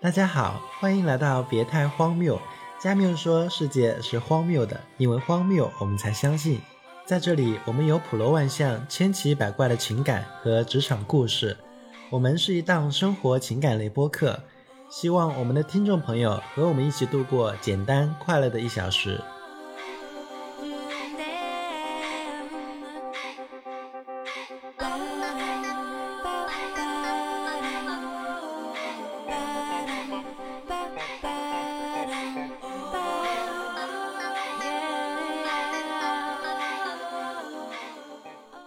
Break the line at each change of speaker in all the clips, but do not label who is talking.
大家好，欢迎来到别太荒谬。加缪说世界是荒谬的，因为荒谬我们才相信。在这里，我们有普罗万象、千奇百怪的情感和职场故事。我们是一档生活情感类播客，希望我们的听众朋友和我们一起度过简单快乐的一小时。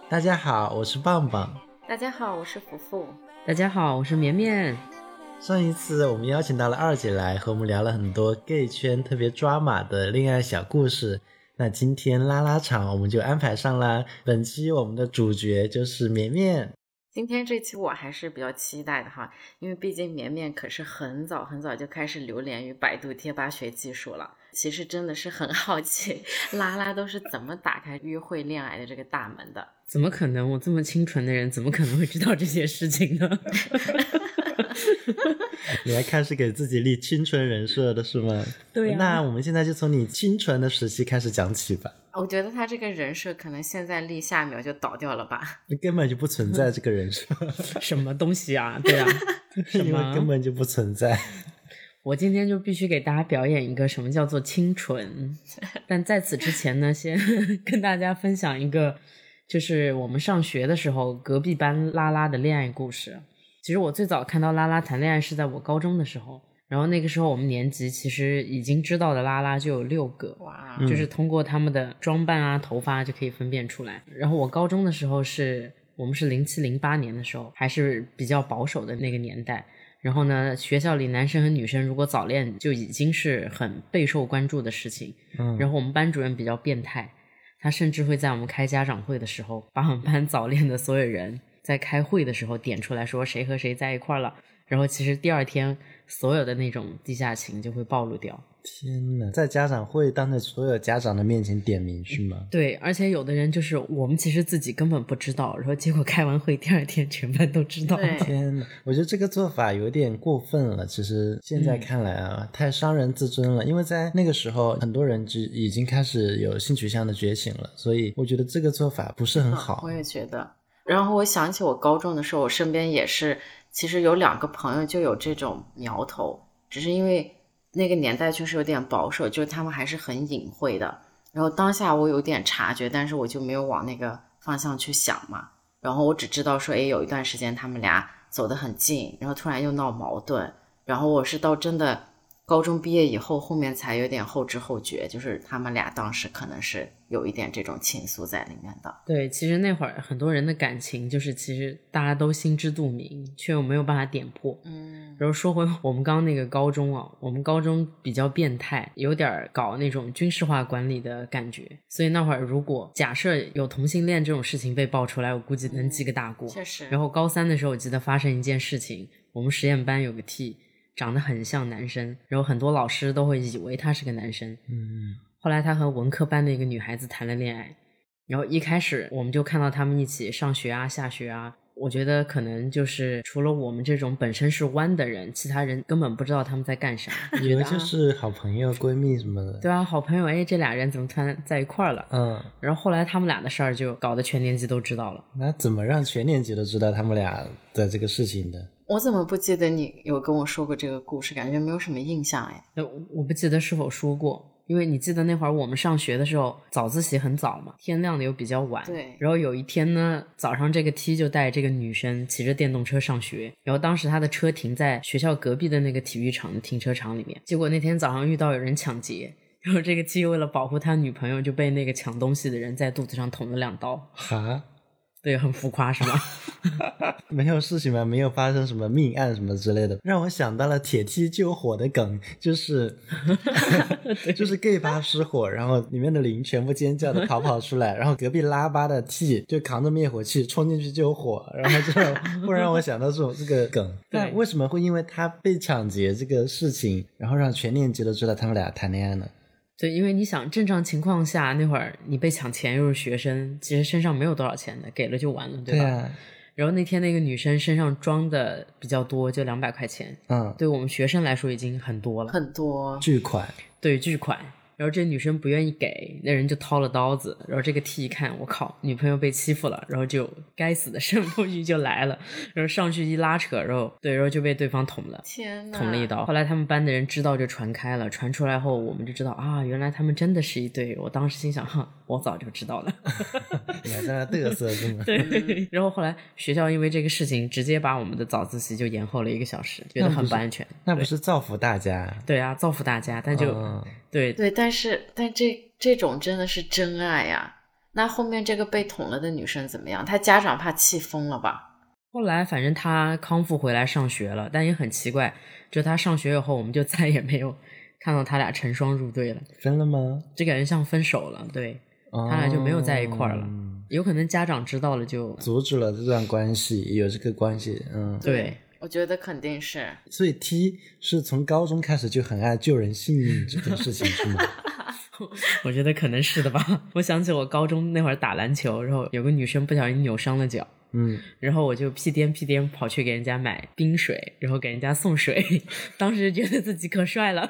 大家好，我是棒棒。
大家好，我是福福。
大家好，我是绵绵。
上一次我们邀请到了二姐来和我们聊了很多 gay 圈特别抓马的恋爱小故事。那今天拉拉场我们就安排上啦。本期我们的主角就是绵绵。
今天这期我还是比较期待的哈，因为毕竟绵绵可是很早很早就开始流连于百度贴吧学技术了。其实真的是很好奇，拉拉都是怎么打开约会恋爱的这个大门的？
怎么可能？我这么清纯的人，怎么可能会知道这些事情呢？
你还开始给自己立清纯人设了是吗？
对呀
那我们现在就从你清纯的时期开始讲起吧。
我觉得他这个人设可能现在立下秒就倒掉了吧？
你根本就不存在这个人 设，
什么东西啊？对啊，什
因为根
么？
本就不存在。
我今天就必须给大家表演一个什么叫做清纯。但在此之前呢，先 跟大家分享一个，就是我们上学的时候隔壁班拉拉的恋爱故事。其实我最早看到拉拉谈恋爱是在我高中的时候，然后那个时候我们年级其实已经知道的拉拉就有六个，
哇，
嗯
啊就是通过他们的装扮啊、头发啊就可以分辨出来。然后我高中的时候是，我们是零七零八年的时候，还是比较保守的那个年代。然后呢，学校里男生和女生如果早恋就已经是很备受关注的事情。
嗯，
然后我们班主任比较变态，他甚至会在我们开家长会的时候，把我们班早恋的所有人在开会的时候点出来说谁和谁在一块儿了。然后其实第二天所有的那种地下情就会暴露掉。
天哪，在家长会当着所有家长的面前点名是吗？
对，而且有的人就是我们其实自己根本不知道，然后结果开完会第二天全班都知道了。
对，
天呐， 我觉得这个做法有点过分了。其实现在看来啊，太伤人自尊了。因为在那个时候，很多人就已经开始有性取向的觉醒了，所以我觉得这个做法不是很好
嗯我。也觉得。然后我想起我高中的时候，我身边也是，其实有两个朋友就有这种苗头，只是因为那个年代确实有点保守，就是他们还是很隐晦的。然后当下我有点察觉，但是我就没有往那个方向去想嘛。然后我只知道说，哎，有一段时间他们俩走得很近，然后突然又闹矛盾。然后我是到真的高中毕业以后，后面才有点后知后觉，就是他们俩当时可能是有一点这种情愫在里面的。
对，其实那会儿很多人的感情就是其实大家都心知肚明，却又没有办法点破。
嗯，
然后说回我们刚刚那个高中啊，我们高中比较变态，有点儿搞那种军事化管理的感觉，所以那会儿如果假设有同性恋这种事情被爆出来，我估计能记个大过。
确实。
然后高三的时候，我记得发生一件事情，我们实验班有个 T 长得很像男生，然后很多老师都会以为他是个男生。
嗯，
后来他和文科班的一个女孩子谈了恋爱，然后一开始我们就看到他们一起上学啊、下学啊。我觉得可能就是除了我们这种本身是弯的人，其他人根本不知道他们在干啥。
以为
觉得
就
啊
是好朋友、闺蜜什么的。
对啊，好朋友哎，这俩人怎么突然在一块儿了？
嗯，
然后后来他们俩的事儿就搞得全年级都知道了。
那怎么让全年级都知道他们俩的这个事情的？
我怎么不记得你有跟我说过这个故事？感觉没有什么印象哎。
呃，我我不记得是否说过，因为你记得那会儿我们上学的时候，早自习很早嘛，天亮的又比较晚。
对
然后有一天呢，早上这个 T 就带这个女生骑着电动车上学，然后当时她的车停在学校隔壁的那个体育场的停车场里面，结果那天早上遇到有人抢劫。然后这个 T 为了保护他女朋友，就被那个抢东西的人在肚子上捅了两刀，
哈，
对，很浮夸是吗？
没有事情吗？没有发生什么命案什么之类的，让我想到了铁梯救火的梗，就是， 就是 gay 吧失火，然后里面的零全部尖叫的逃跑出来，然后隔壁拉巴的 T 就扛着灭火器冲进去救火，然 后就会让我想到这种这个梗。
对
但为什么会因为他被抢劫这个事情，然后让全年级都知道他们俩谈恋爱呢？
对，因为你想，正常情况下那会儿你被抢钱又是学生，其实身上没有多少钱的，给了就完了，对吧？
啊，
然后那天那个女生身上装的比较多，就两百块钱，
嗯，
对我们学生来说已经很多了，
很多，
巨款，
对巨款。然后这女生不愿意给，那人就掏了刀子。然后这个 T 一看，我靠，女朋友被欺负了，然后就该死的胜负欲就来了，然后上去一拉扯，然后对，然后就被对方捅了。
天呐，
捅了一刀。后来他们班的人知道就传开了，传出来后我们就知道啊，原来他们真的是一对。我当时心想，哈，我早就知道了。
你还在那嘚瑟是吗？
对，然后后来学校因为这个事情，直接把我们的早自习就延后了一个小时，觉
那
得
不
很
是
不安全。
那不是造福大家？
对啊，造福大家，但就、
嗯
对
对，但是但这这种真的是真爱呀、那后面这个被捅了的女生怎么样？她家长怕气疯了吧？
后来反正他康复回来上学了，但也很奇怪，就他上学以后，我们就再也没有看到他俩成双入对了，
分了吗？
就感觉像分手了。对，
他
他俩就没有在一块儿了
哦
嗯
有可能家长知道了就
阻止了这段关系，有这个关系，嗯，
对。
我觉得肯定是，
所以 T 是从高中开始就很爱救人性命这件事情，是吗？
我觉得可能是的吧。 我想起我高中那会儿打篮球，然后有个女生不小心扭伤了脚，
嗯，
然后我就屁颠屁颠跑去给人家买冰水，然后给人家送水， 当时觉得自己可帅了。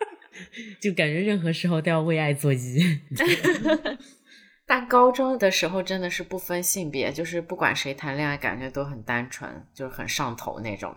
就感觉任何时候都要为爱作揖，
但高中的时候真的是不分性别，就是不管谁谈恋爱，感觉都很单纯，就是很上头那种。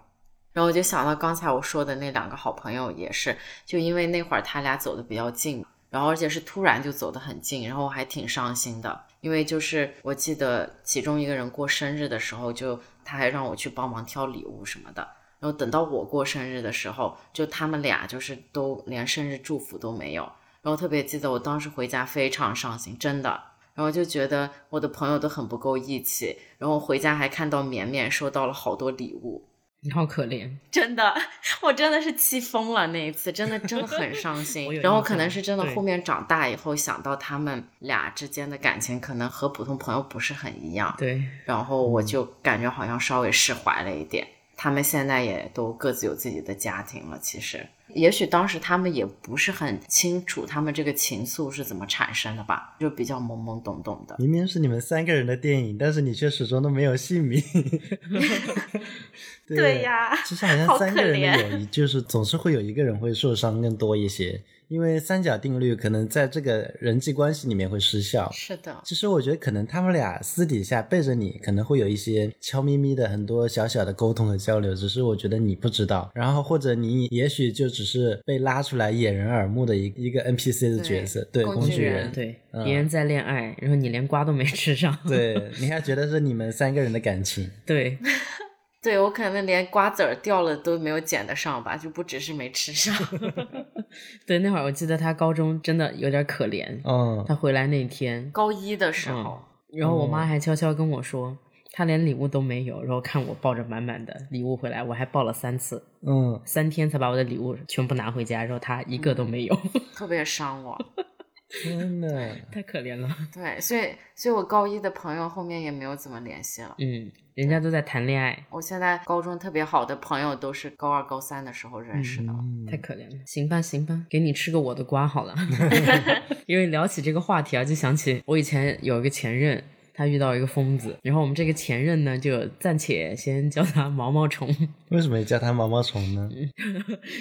然后我就想到刚才我说的那两个好朋友也是，就因为那会儿他俩走的比较近，然后而且是突然就走得很近，然后我还挺伤心的，因为就是我记得其中一个人过生日的时候就，他还让我去帮忙挑礼物什么的。然后等到我过生日的时候，就他们俩就是都连生日祝福都没有。然后特别记得我当时回家非常伤心，真的。然后就觉得我的朋友都很不够义气，然后回家还看到绵绵收到了好多礼物，
你好可怜。
真的， 我真的是气疯了那一次，真的真的很伤心
我有。印
然后
象
可能是真的
对
后面长大以后想到他们俩之间的感情可能和普通朋友不是很一样，
对，嗯
然后我就感觉好像稍微释怀了一点。他们现在也都各自有自己的家庭了，其实也许当时他们也不是很清楚他们这个情愫是怎么产生的吧，就比较懵懵懂懂的。
明明是你们三个人的电影，但是你却始终都没有姓名。 对
对呀
其实好像
好
三
可
个人的
怜
友谊，就是总是会有一个人会受伤更多一些，因为三角定律可能在这个人际关系里面会失效。
是的，
其实我觉得，可能他们俩私底下背着你，可能会有一些悄咪咪的很多小小的沟通和交流，只是我觉得你不知道。然后或者你也许就只是被拉出来掩人耳目的一一个 NPC 的角色，对，
工
工
具
具
人
人，
对，
嗯
别人在恋爱，然后你连瓜都没吃上，
对，你还觉得是你们三个人的感情？
对，
对我可能连瓜子儿掉了都没有捡得上吧，就不只是没吃上。
对，那会儿我记得他高中真的有点可怜，
嗯，
他回来那天，
哦
嗯
高一的时候，
然后我
哦
妈还悄悄跟我说，她连礼物都没有，然后看我抱着满满的礼物回来，我还抱了三次，
嗯，
三天才把我的礼物全部拿回家，然后她一个都没有，
特别伤 我。
天呐，
太可怜了。
对，所以，所以我高一的朋友后面也没有怎么联系了。
嗯，人家都在谈恋爱，
我现在高中特别好的朋友都是高二、高三的时候认识的。
嗯
太可怜了。行吧，行吧，给你吃个我的瓜好 了。因为聊起这个话题啊，就想起我以前有一个前任。他遇到一个疯子，然后我们这个前任呢，就暂且先叫他毛毛虫。
为什么要叫它毛毛虫呢？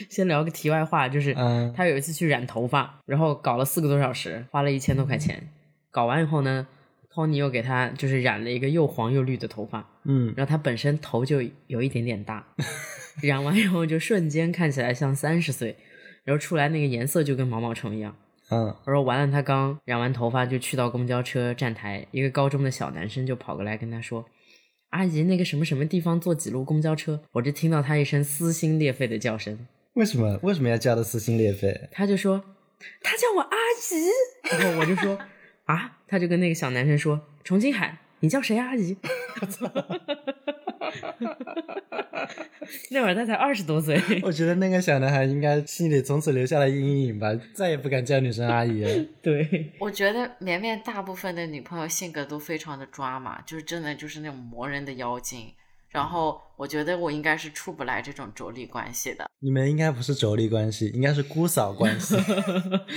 先聊个题外话，就是
嗯
他有一次去染头发，然后搞了四个多小时，花了一千多块钱。搞完以后呢，Tony 又给他就是染了一个又黄又绿的头发，
嗯，
然后他本身头就有一点点大， 染完以后就瞬间看起来像三十岁，然后出来那个颜色就跟毛毛虫一样。
嗯，
然后完了，他刚染完头发就去到公交车站台，一个高中的小男生就跑过来跟他说：“阿姨，那个什么什么地方坐几路公交车？”我就听到他一声撕心裂肺的叫声。
为什么为什么要叫的撕心裂肺？
他就说他叫我阿姨，然后我就说啊，他就跟那个小男生说重新喊你叫谁啊阿姨？ 那会儿他才二十多岁，
我觉得那个小男孩应该心里从此留下了阴影吧，再也不敢叫女生阿姨了。
对
我觉得绵绵大部分的女朋友性格都非常的抓马，就是真的就是那种磨人的妖精，然后我觉得我应该是处不来这种妯娌关系的。
你们应该不是妯娌关系，应该是姑嫂关 系。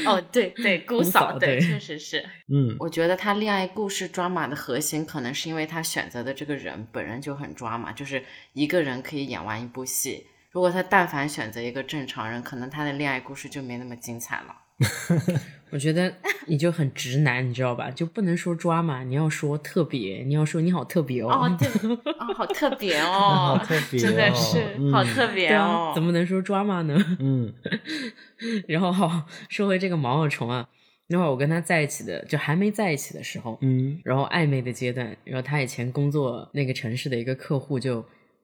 哦，对对， 姑
姑
嫂，
嫂
对，
对
确实是。
嗯，
我觉得他恋爱故事抓马的核心，可能是因为他选择的这个人本人就很抓马，就是一个人可以演完一部戏。如果他但凡选择一个正常人，可能他的恋爱故事就没那么精彩了。
我觉得你就很直男，你知道吧？就不能说抓马，你要说特别，你要说你好特别哦。
哦， 对，哦，好特 别
好
哦，
特别、哦，
真的是、
嗯、
好特别
对
哦
啊，。怎么能说抓马呢？
嗯
然后好说回这个毛毛虫啊，那会儿我跟他在一起的，就还没在一起的时候，
嗯
然后暧昧的阶段，然后他以前工作那个城市的一个客户就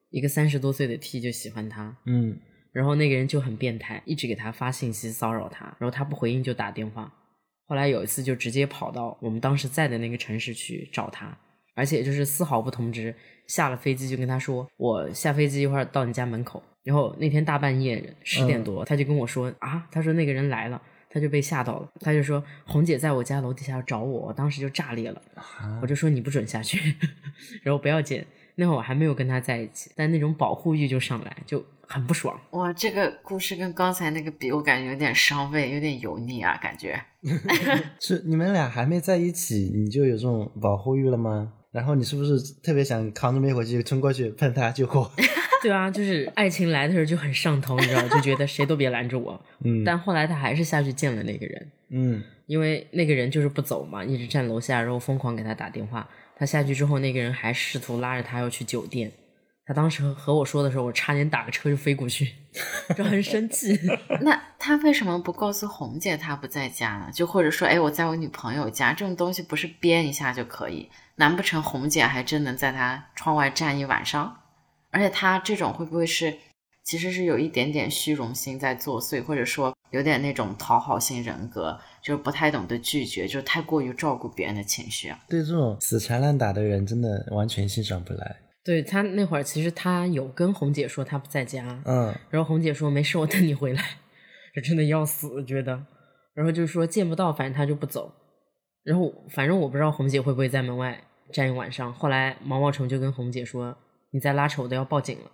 一个三十多岁的 T 就喜欢他，
嗯，
然后那个人就很变态，一直给他发信息骚扰他，然后他不回应就打电话。后来有一次就直接跑到我们当时在的那个城市去找他，而且就是丝毫不通知，下了飞机就跟他说我下飞机一会儿到你家门口。然后那天大半夜十点多，他就跟我说啊，他说那个人来了，他就被吓到了，他就说红姐在我家楼底下找我，我当时就炸裂了。
啊
我就说你不准下去， 然后不要紧。那会儿我还没有跟他在一起，但那种保护欲就上来，就很不爽。
哇，这个故事跟刚才那个比，我感觉有点伤胃，有点油腻啊，感觉。
是你们俩还没在一起，你就有这种保护欲了吗？然后你是不是特别想扛着灭火器冲过去喷他救 火？
对啊，就是爱情来的时候就很上头，你知道，就觉得谁都别拦着我。
嗯，
但后来他还是下去见了那个人，
嗯
因为那个人就是不走嘛，一直站楼下，然后疯狂给他打电话。他下去之后，那个人还试图拉着他要去酒店。他当时和和我说的时候，我差点打个车就飞过去，就很生气。
那他为什么不告诉红姐他不在家呢？就或者说，哎，我在我女朋友家，这种东西不是编一下就可以？难不成红姐还真能在他窗外站一晚上？而且他这种会不会是，其实是有一点点虚荣心在作祟，或者说有点那种讨好型人格，就是不太懂得拒绝，就是太过于照顾别人的情绪啊？
对这种死缠烂打的人，真的完全欣赏不来。
对他那会儿，其实他有跟红姐说他不在家，
嗯
然后红姐说没事，我等你回来，就真的要死，觉得，然后就说见不到，反正他就不走，然后反正我不知道红姐会不会在门外站一晚上。后来毛毛虫就跟红姐说你再拉扯我都要报警了，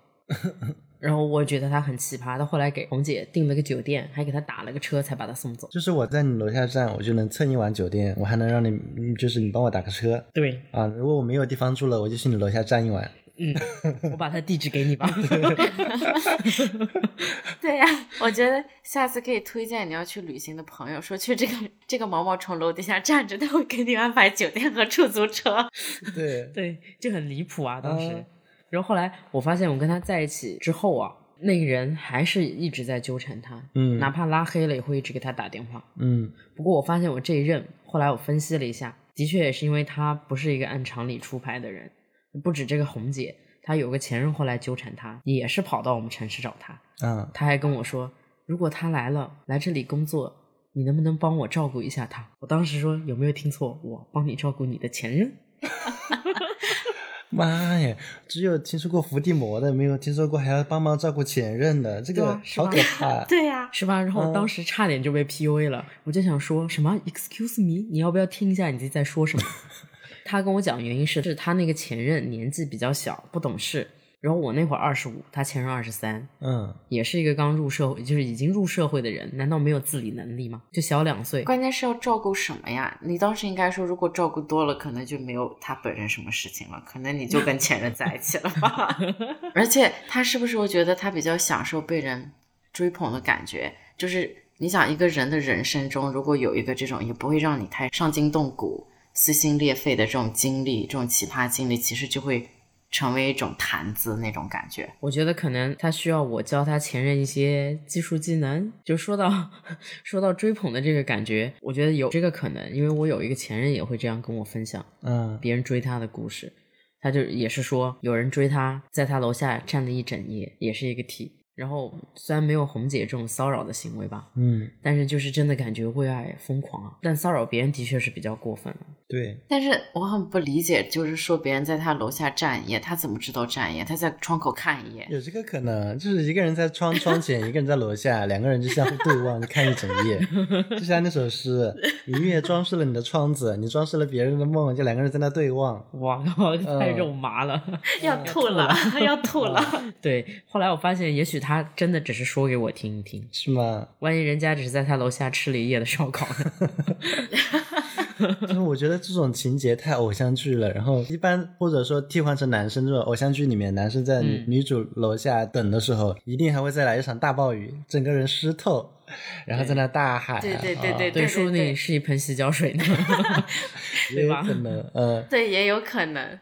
然后我觉得他很奇葩，他后来给红姐订了个酒店，还给她打了个车才把她送走。
就是我在你楼下站，我就能蹭一晚酒店，我还能让你，嗯就是你帮我打个车
对，
啊。如果我没有地方住了，我就去你楼下站一晚。
嗯，我把他地址给你吧。
对呀、我觉得下次可以推荐你要去旅行的朋友，说去这个这个毛毛虫楼底下站着，他会给你安排酒店和出租车。。
对，
对，就很离谱啊，当时。
嗯
然后后来我发现，我跟他在一起之后啊，那个人还是一直在纠缠他，
嗯
哪怕拉黑了也会一直给他打电话。
嗯
不过我发现我这一任，后来我分析了一下，的确也是因为他不是一个按常理出牌的人，不止这个红姐，她有个前任后来纠缠她，也是跑到我们城市找她，
啊，
她还跟我说，如果她来了，来这里工作。你能不能帮我照顾一下她？我当时说有没有听错？我帮你照顾你的前任？
妈呀！只有听说过伏地魔的，没有听说过还要帮忙照顾前任的，这
对
个
啊是
好
吧
可怕
对呀、
是吧？然后
嗯
当时差点就被 PUA 了，我就想说什么 “excuse me”，你要不要听一下你自己在说什么？ 他跟我讲原因是，是他那个前任年纪比较小，不懂事。然后我那会儿二十五，他前任二十三，
嗯
也是一个刚入社会，就是已经入社会的人，难道没有自理能力吗？就小两岁。
关键是要照顾什么呀？你当时应该说，如果照顾多了，可能就没有他本人什么事情了，可能你就跟前任在一起了吧。而且他是不是我觉得他比较享受被人追捧的感觉？就是你想一个人的人生中，如果有一个这种也不会让你太伤筋动骨、撕心裂肺的这种经历，这种奇葩经历，其实就会成为一种谈资那种感觉。
我觉得可能他需要我教他前任一些技术技能。就说到 说到追捧的这个感觉，我觉得有这个可能，因为我有一个前任也会这样跟我分享。
嗯
别人追他的故事。他就也是说，有人追他，在他楼下站了一整夜，也是一个 T。然后虽然没有红姐这种骚扰的行为吧，
嗯，
但是就是真的感觉为爱疯狂啊。但骚扰别人的确是比较过分了。
对，
但是我很不理解，就是说别人在他楼下站一夜，他怎么知道站一夜？他在窗口看一夜，
有这个可能，就是一个人在窗窗前，一个人在楼下，两个人就相互对望，就看一整夜。就像那首诗，愉悦装饰了你的窗子，你装饰了别人的梦，就两个人在那对望。
哇靠，太肉麻了。
要吐了， 嗯要吐了。
对，后来我发现，也许他真的只是说给我听一听，
是吗？
万一人家只是在他楼下吃了一夜的烧烤呢？
就是我觉得这种情节太偶像剧了，然后一般或者说替换成男生这种偶像剧里面，男生在女
嗯
女主楼下等的时候，一定还会再来一场大暴雨，整个人湿透，然后在那大喊啊，
对对对对
啊
对，说不定是一盆洗脚水呢。
也有
对吧
可能，呃，
对，也有可能。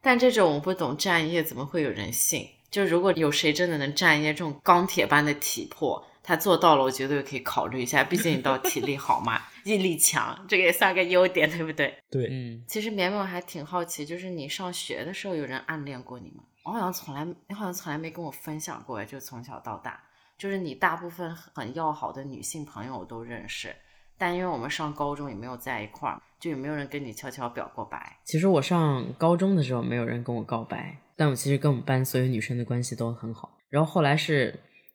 但这种我不懂，站一夜怎么会有人信？就如果有谁真的能站一夜，这种钢铁般的体魄，他做到了，我觉得可以考虑一下。毕竟你到体力好嘛， 毅力强，这个也算个优点，对不对？
对，
嗯，
其实绵绵我还挺好奇，就是你上学的时候有人暗恋过你吗？我好像从来，你好像从来没跟我分享过，就从小到大，就是你大部分很要好的女性朋友我都认识，但因为我们上高中也没有在一块儿，就也没有人跟你悄悄表过白。
其实我上高中的时候，没有人跟我告白，但我其实跟我们班所有女生的关系都很好。然后后来是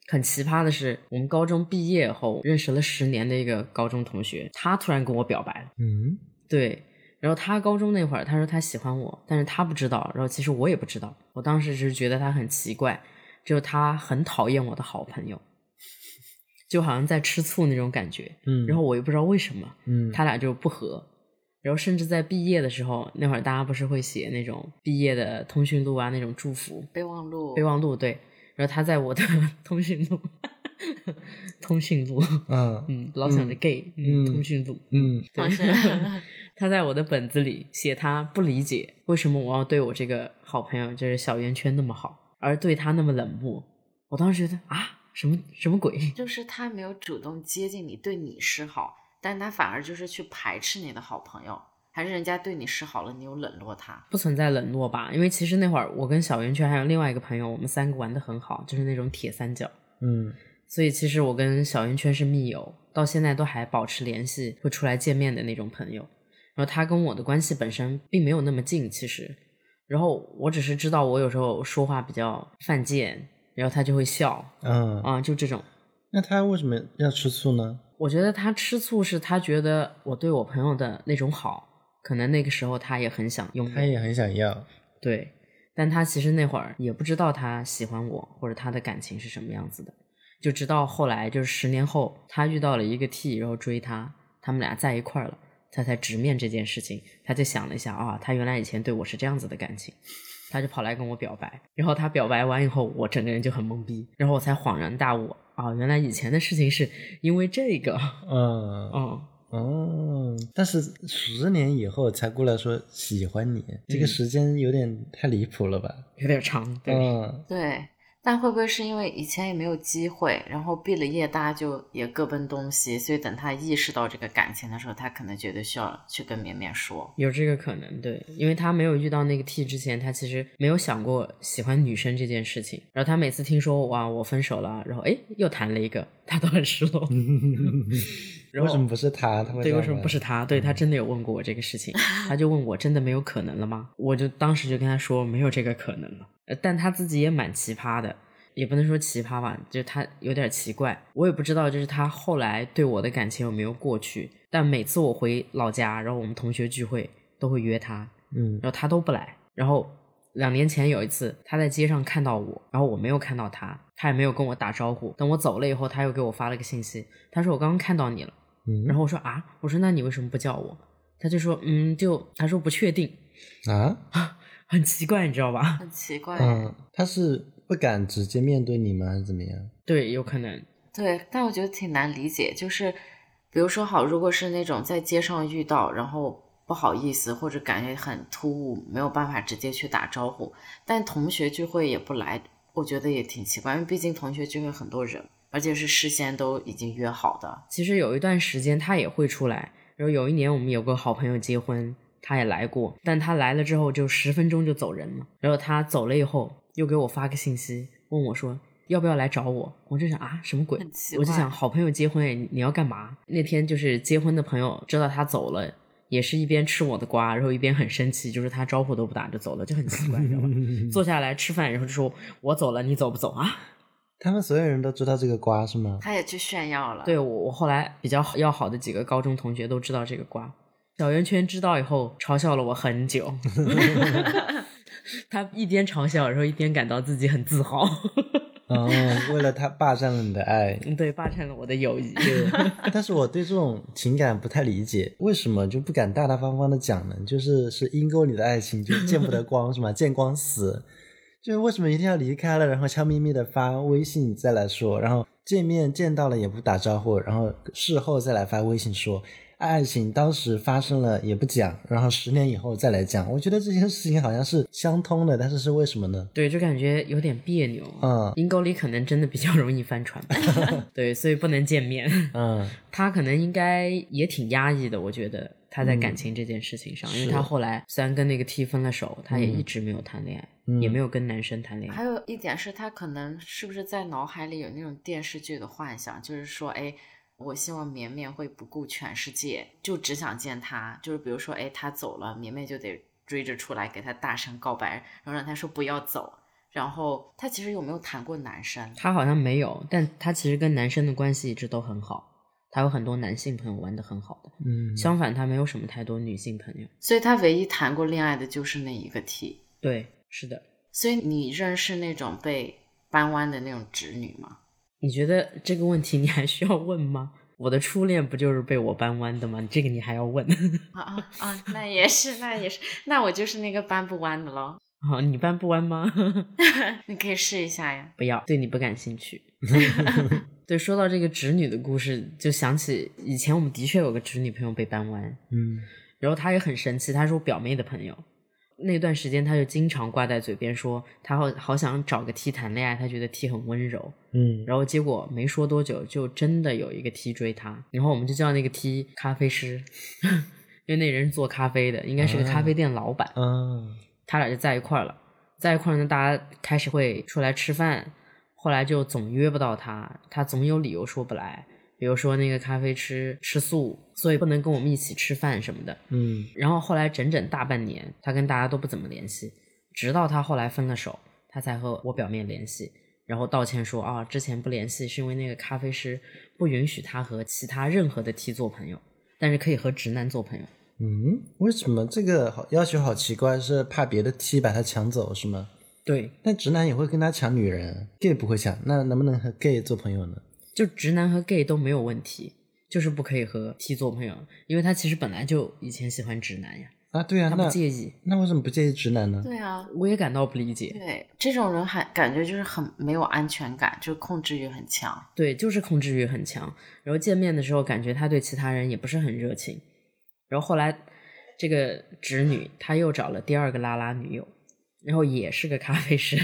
很奇葩的是，我们高中毕业后认识了十年的一个高中同学，他突然跟我表白了。
嗯，
对，然后他高中那会儿，他说他喜欢我，但是他不知道，然后其实我也不知道，我当时只是觉得他很奇怪，就是他很讨厌我的好朋友，就好像在吃醋那种感觉。
嗯，
然后我也不知道为什么，
嗯，
他俩就不和。然后甚至在毕业的时候，那会儿大家不是会写那种毕业的通讯录啊，那种祝福
备忘录，
备忘录对。然后他在我的 通讯录，通讯录，
嗯
嗯，老想着
嗯
gay，
嗯
通讯录，
嗯
好
对
像
他在我的本子里写他不理解为什么我要对我这个好朋友，就是小圆圈那么好，而对他那么冷漠。我当时觉得啊，什么什么鬼？
就是他没有主动接近你，对你示好，但他反而就是去排斥你的好朋友，还是人家对你示好了，你又冷落他。
不存在冷落吧？因为其实那会儿我跟小圆圈还有另外一个朋友，我们三个玩的很好，就是那种铁三角。
嗯
所以其实我跟小圆圈是密友，到现在都还保持联系，会出来见面的那种朋友。然后他跟我的关系本身并没有那么近，其实。然后我只是知道我有时候说话比较犯贱，然后他就会笑
嗯，
啊、就这种。
那他为什么要吃醋呢？
我觉得他吃醋是他觉得我对我朋友的那种好，可能那个时候他也很想拥有。
他也很想要，
对，但他其实那会儿也不知道他喜欢我或者他的感情是什么样子的，就直到后来就是十年后，他遇到了一个 T，然后追他，他们俩在一块儿了，他才直面这件事情，他就想了一下啊，他原来以前对我是这样子的感情。他就跑来跟我表白，然后他表白完以后，我整个人就很懵逼，然后我才恍然大悟啊，原来以前的事情是因为这个，
嗯
嗯，
哦，但是十年以后才过来说喜欢你，这个
嗯
时间有点太离谱了吧？
有点长，对，
嗯，
对，但会不会是因为以前也没有机会，然后毕了业，大家就也各奔东西，所以等他意识到这个感情的时候，他可能觉得需要去跟绵绵说。
有这个可能，对，因为他没有遇到那个 T 之前，他其实没有想过喜欢女生这件事情。然后他每次听说哇我分手了，然后哎又谈了一个，他都很失 落。然
嗯为什
后
么不是他？他会
对，
这样
为
嗯
什么
吗
不是？他？对他真的有问过我这个事情，他就问我真的没有可能了吗？我就当时就跟他说没有这个可能了。呃但他自己也蛮奇葩的，也不能说奇葩吧，就是他有点奇怪，我也不知道就是他后来对我的感情有没有过去。但每次我回老家，然后我们同学聚会都会约他，
嗯
然后他都不来。然后两年前有一次，他在街上看到我，然后我没有看到他，他也没有跟我打招呼。等我走了以后，他又给我发了个信息，他说我刚刚看到你了。
嗯，
然后我说啊，我说那你为什么不叫我？他就说嗯，就他说不确定，
啊，
很奇怪，你知道吧？
很奇怪，
哎
嗯，他是不敢直接面对你吗？还是怎么样？
对，有可能，
对，但我觉得挺难理解，就是比如说好，如果是那种在街上遇到，然后不好意思或者感觉很突兀，没有办法直接去打招呼，但同学聚会也不来，我觉得也挺奇怪，因为毕竟同学聚会很多人，而且是事先都已经约好的。
其实有一段时间他也会出来，然后有一年我们有个好朋友结婚，他也来过，但他来了之后就十分钟就走人了，然后他走了以后又给我发个信息问我说要不要来找我？我就想啊，什么鬼
很奇？怪
我就想，好朋友结婚，哎你你要干嘛？那天就是结婚的朋友知道他走了，也是一边吃我的瓜，然后一边很生气，就是他招呼都不打就走了，就很奇怪，你知道吧？坐下来吃饭，然后就说我走了，你走不走啊？
他们所有人都知道这个瓜是 吗？
他也去炫耀了。
对我，我后来比较好要好的几个高中同学都知道这个瓜。小圆圈知道以后，嘲笑了我很久。 他一边嘲笑，然后一边感到自己很自豪，
哦，为了他霸占了你的爱，
对，霸占了我的友谊。
对，但是我对这种情感不太理解，为什么就不敢大大方方的讲呢？就是是阴沟里的爱情，就见不得光是吗？见光死，就是为什么一定要离开了，然后悄咪咪的发微信再来说，然后见面见到了也不打招呼，然后事后再来发微信说爱情当时发生了也不讲，然后十年以后再来讲，我觉得这些事情好像是相通的，但是是为什么呢？
对，就感觉有点别扭。
嗯
阴沟里可能真的比较容易翻船 吧，对，所以不能见面。
嗯，
他可能应该也挺压抑的，我觉得他在感情这件事情上，因为他
嗯是
后来虽然跟那个 T 分了手，他也一直没有谈恋爱，
嗯
也没有跟男生谈恋爱。
还有一点是他可能是不是在脑海里有那种电视剧的幻想，就是说，哎，我希望绵绵会不顾全世界，就只想见他。就是比如说，哎，他走了，绵绵就得追着出来给他大声告白，然后让他说不要走。然后他其实有没有谈过男生？
他好像没有，但他其实跟男生的关系一直都很好，他有很多男性朋友玩的很好的。
嗯
相反，他没有什么太多女性朋友。
所以他唯一谈过恋爱的就是那一个 T。
对，是的。
所以你认识那种被搬弯的那种直女吗？
你觉得这个问题你还需要问吗？我的初恋不就是被我搬弯的吗？这个你还要问？
啊啊啊！那也是，那也是，那我就是那个搬不弯的喽。
好，你搬不弯吗？
你可以试一下呀。
不要，对你不感兴趣。 对，说到这个侄女的故事，就想起以前我们的确有个侄女朋友被搬弯，
嗯
然后她也很神奇，她是我表妹的朋友。那段时间，她就经常挂在嘴边说，她好好想找个 T 谈恋爱，她觉得 T 很温柔。
嗯，
然后结果没说多久，就真的有一个 T 追她，然后我们就叫那个 T 咖啡师， 因为那人是做咖啡的，应该是个咖啡店老板。
啊，
他俩就在一块儿了，在一块儿呢，大家开始会出来吃饭，后来就总约不到他，他总有理由说不来，比如说那个咖啡师吃素，所以不能跟我们一起吃饭什么的。
嗯
然后后来整整大半年，他跟大家都不怎么联系，直到他后来分了手，他才和我表妹联系，然后道歉说啊，之前不联系是因为那个咖啡师不允许他和其他任何的 T 做朋友，但是可以和直男做朋友。
嗯，为什么这个好要求好奇怪？是怕别的 T 把他抢走是吗？
对，
但直男也会跟他抢女人，gay 不会抢，那能不能和 gay 做朋友呢？
就直男和 gay 都没有问题，就是不可以和 T 做朋友，因为他其实本来就以前喜欢直男呀，
啊，对啊，
他不
那
介意。
那为什么不介意直男呢？
对啊，
我也感到不理解，
对，这种人还感觉就是很没有安全感，就是控制欲很强。
对，就是控制欲很强。然后见面的时候，感觉他对其他人也不是很热情。然后后来，这个直女她又找了第二个拉拉女友，然后也是个咖啡 师，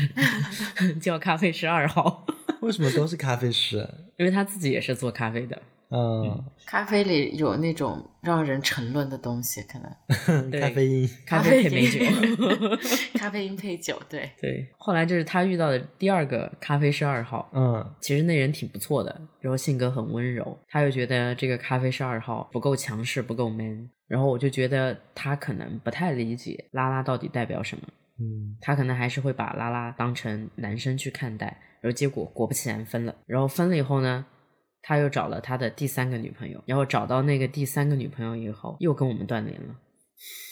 叫咖啡师二号，
为什么都是咖啡师？
因为她自己也是做咖啡的。
嗯，
咖啡里有那种让人沉沦的东西，可能
对
咖啡因。
咖
因
啡配美酒。
咖啡因 配酒，对，
对，后来就是她遇到的第二个咖啡师二号，
嗯
其实那人挺不错的，然后性格很温柔，他又觉得这个咖啡师二号不够强势，不够 man，然后我就觉得他可能不太理解拉拉到底代表什么，
嗯
他可能还是会把拉拉当成男生去看待，然后结果果不其然分了，然后分了以后呢，他又找了他的第三个女朋友，然后找到那个第三个女朋友以后，又跟我们断联了，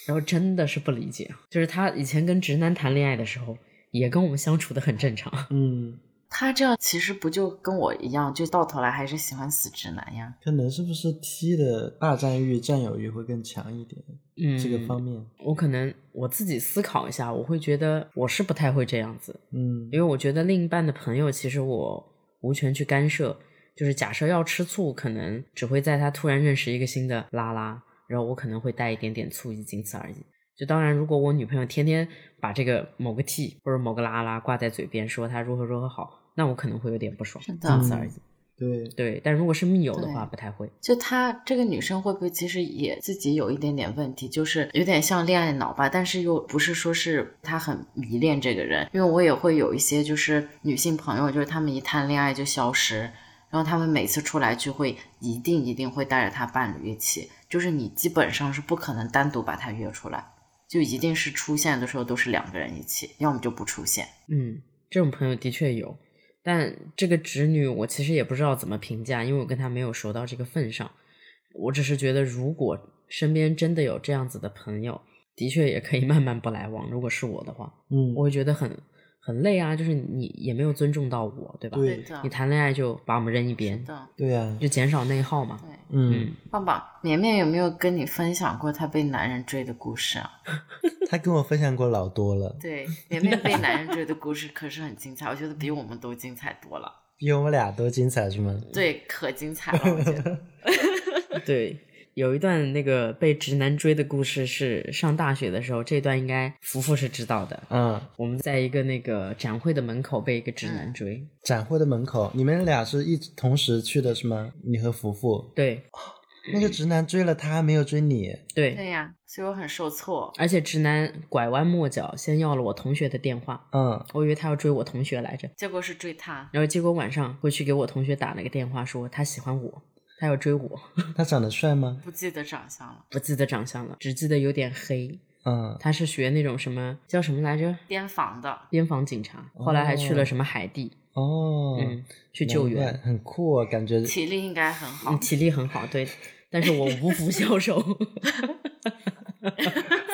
然后真的是不理解，啊就是他以前跟直男谈恋爱的时候，也跟我们相处的很正常。
嗯，
他这样其实不就跟我一样，就到头来还是喜欢死直男呀？
可能是不是 T 的霸占欲、占有欲会更强一点？
嗯，
这个方面，
我可能我自己思考一下，我会觉得我是不太会这样子，
嗯
因为我觉得另一半的朋友其实我无权去干涉。就是假设要吃醋，可能只会在他突然认识一个新的拉拉，然后我可能会带一点点醋意，仅此而已。就当然，如果我女朋友天天把这个某个 T 或者某个拉拉挂在嘴边，说她如何如何好，那我可能会有点不爽，
是
仅
的
此而已。
嗯对，
对，但如果是密友的话，
对
不太会。
就她这个女生会不会其实也自己有一点点问题，就是有点像恋爱脑吧？但是又不是说是她很迷恋这个人，因为我也会有一些就是女性朋友，就是她们一谈恋爱就消失，然后她们每次出来聚会一定一定会带着她伴侣一起，就是你基本上是不可能单独把她约出来，就一定是出现的时候都是两个人一起，要么就不出现。
嗯，这种朋友的确有，但这个侄女我其实也不知道怎么评价，因为我跟她没有熟到这个份上。我只是觉得，如果身边真的有这样子的朋友，的确也可以慢慢不来往。如果是我的话，
嗯
我，会觉得很很累啊，就是你也没有尊重到我，对吧？
对
的
你，谈恋爱就把我们扔一
是
边，
的，
对呀，
就减少内耗嘛。
对。
嗯，
嗯，
棒棒，绵绵有没有跟你分享过她被男人追的故事啊？
他跟我分享过老多了，
对，绵绵被男人追的故事可是很精彩，我觉得比我们都精彩多了。
比我们俩都精彩是吗？
对，可精彩了，我觉得。
嗯对，有一段那个被直男追的故事是上大学的时候，这段应该福福是知道的。
嗯，
我们在一个那个展会的门口被一个直男追，
展会的门口，你们俩是一直同时去的是吗？你和福福，
对
那个直男追了她，没有追你，
对，
对呀、所以我很受挫。
而且直男拐弯抹角，先要了我同学的电话，
嗯，
我以为他要追我同学来着，
结果是追她，
然后结果晚上回去给我同学打了个电话，说他喜欢我，他要追我，
他长得帅吗？
不记得长相了，
不记得长相了，只记得有点黑，
嗯，
他是学那种什么叫什么来着，
边防的。
边防警察，后来还去了什么海地，
哦，
嗯，去救
难
援
怪，，很酷哦，感觉
体力应该很好
嗯，，体力很好，对，但是我无福消受，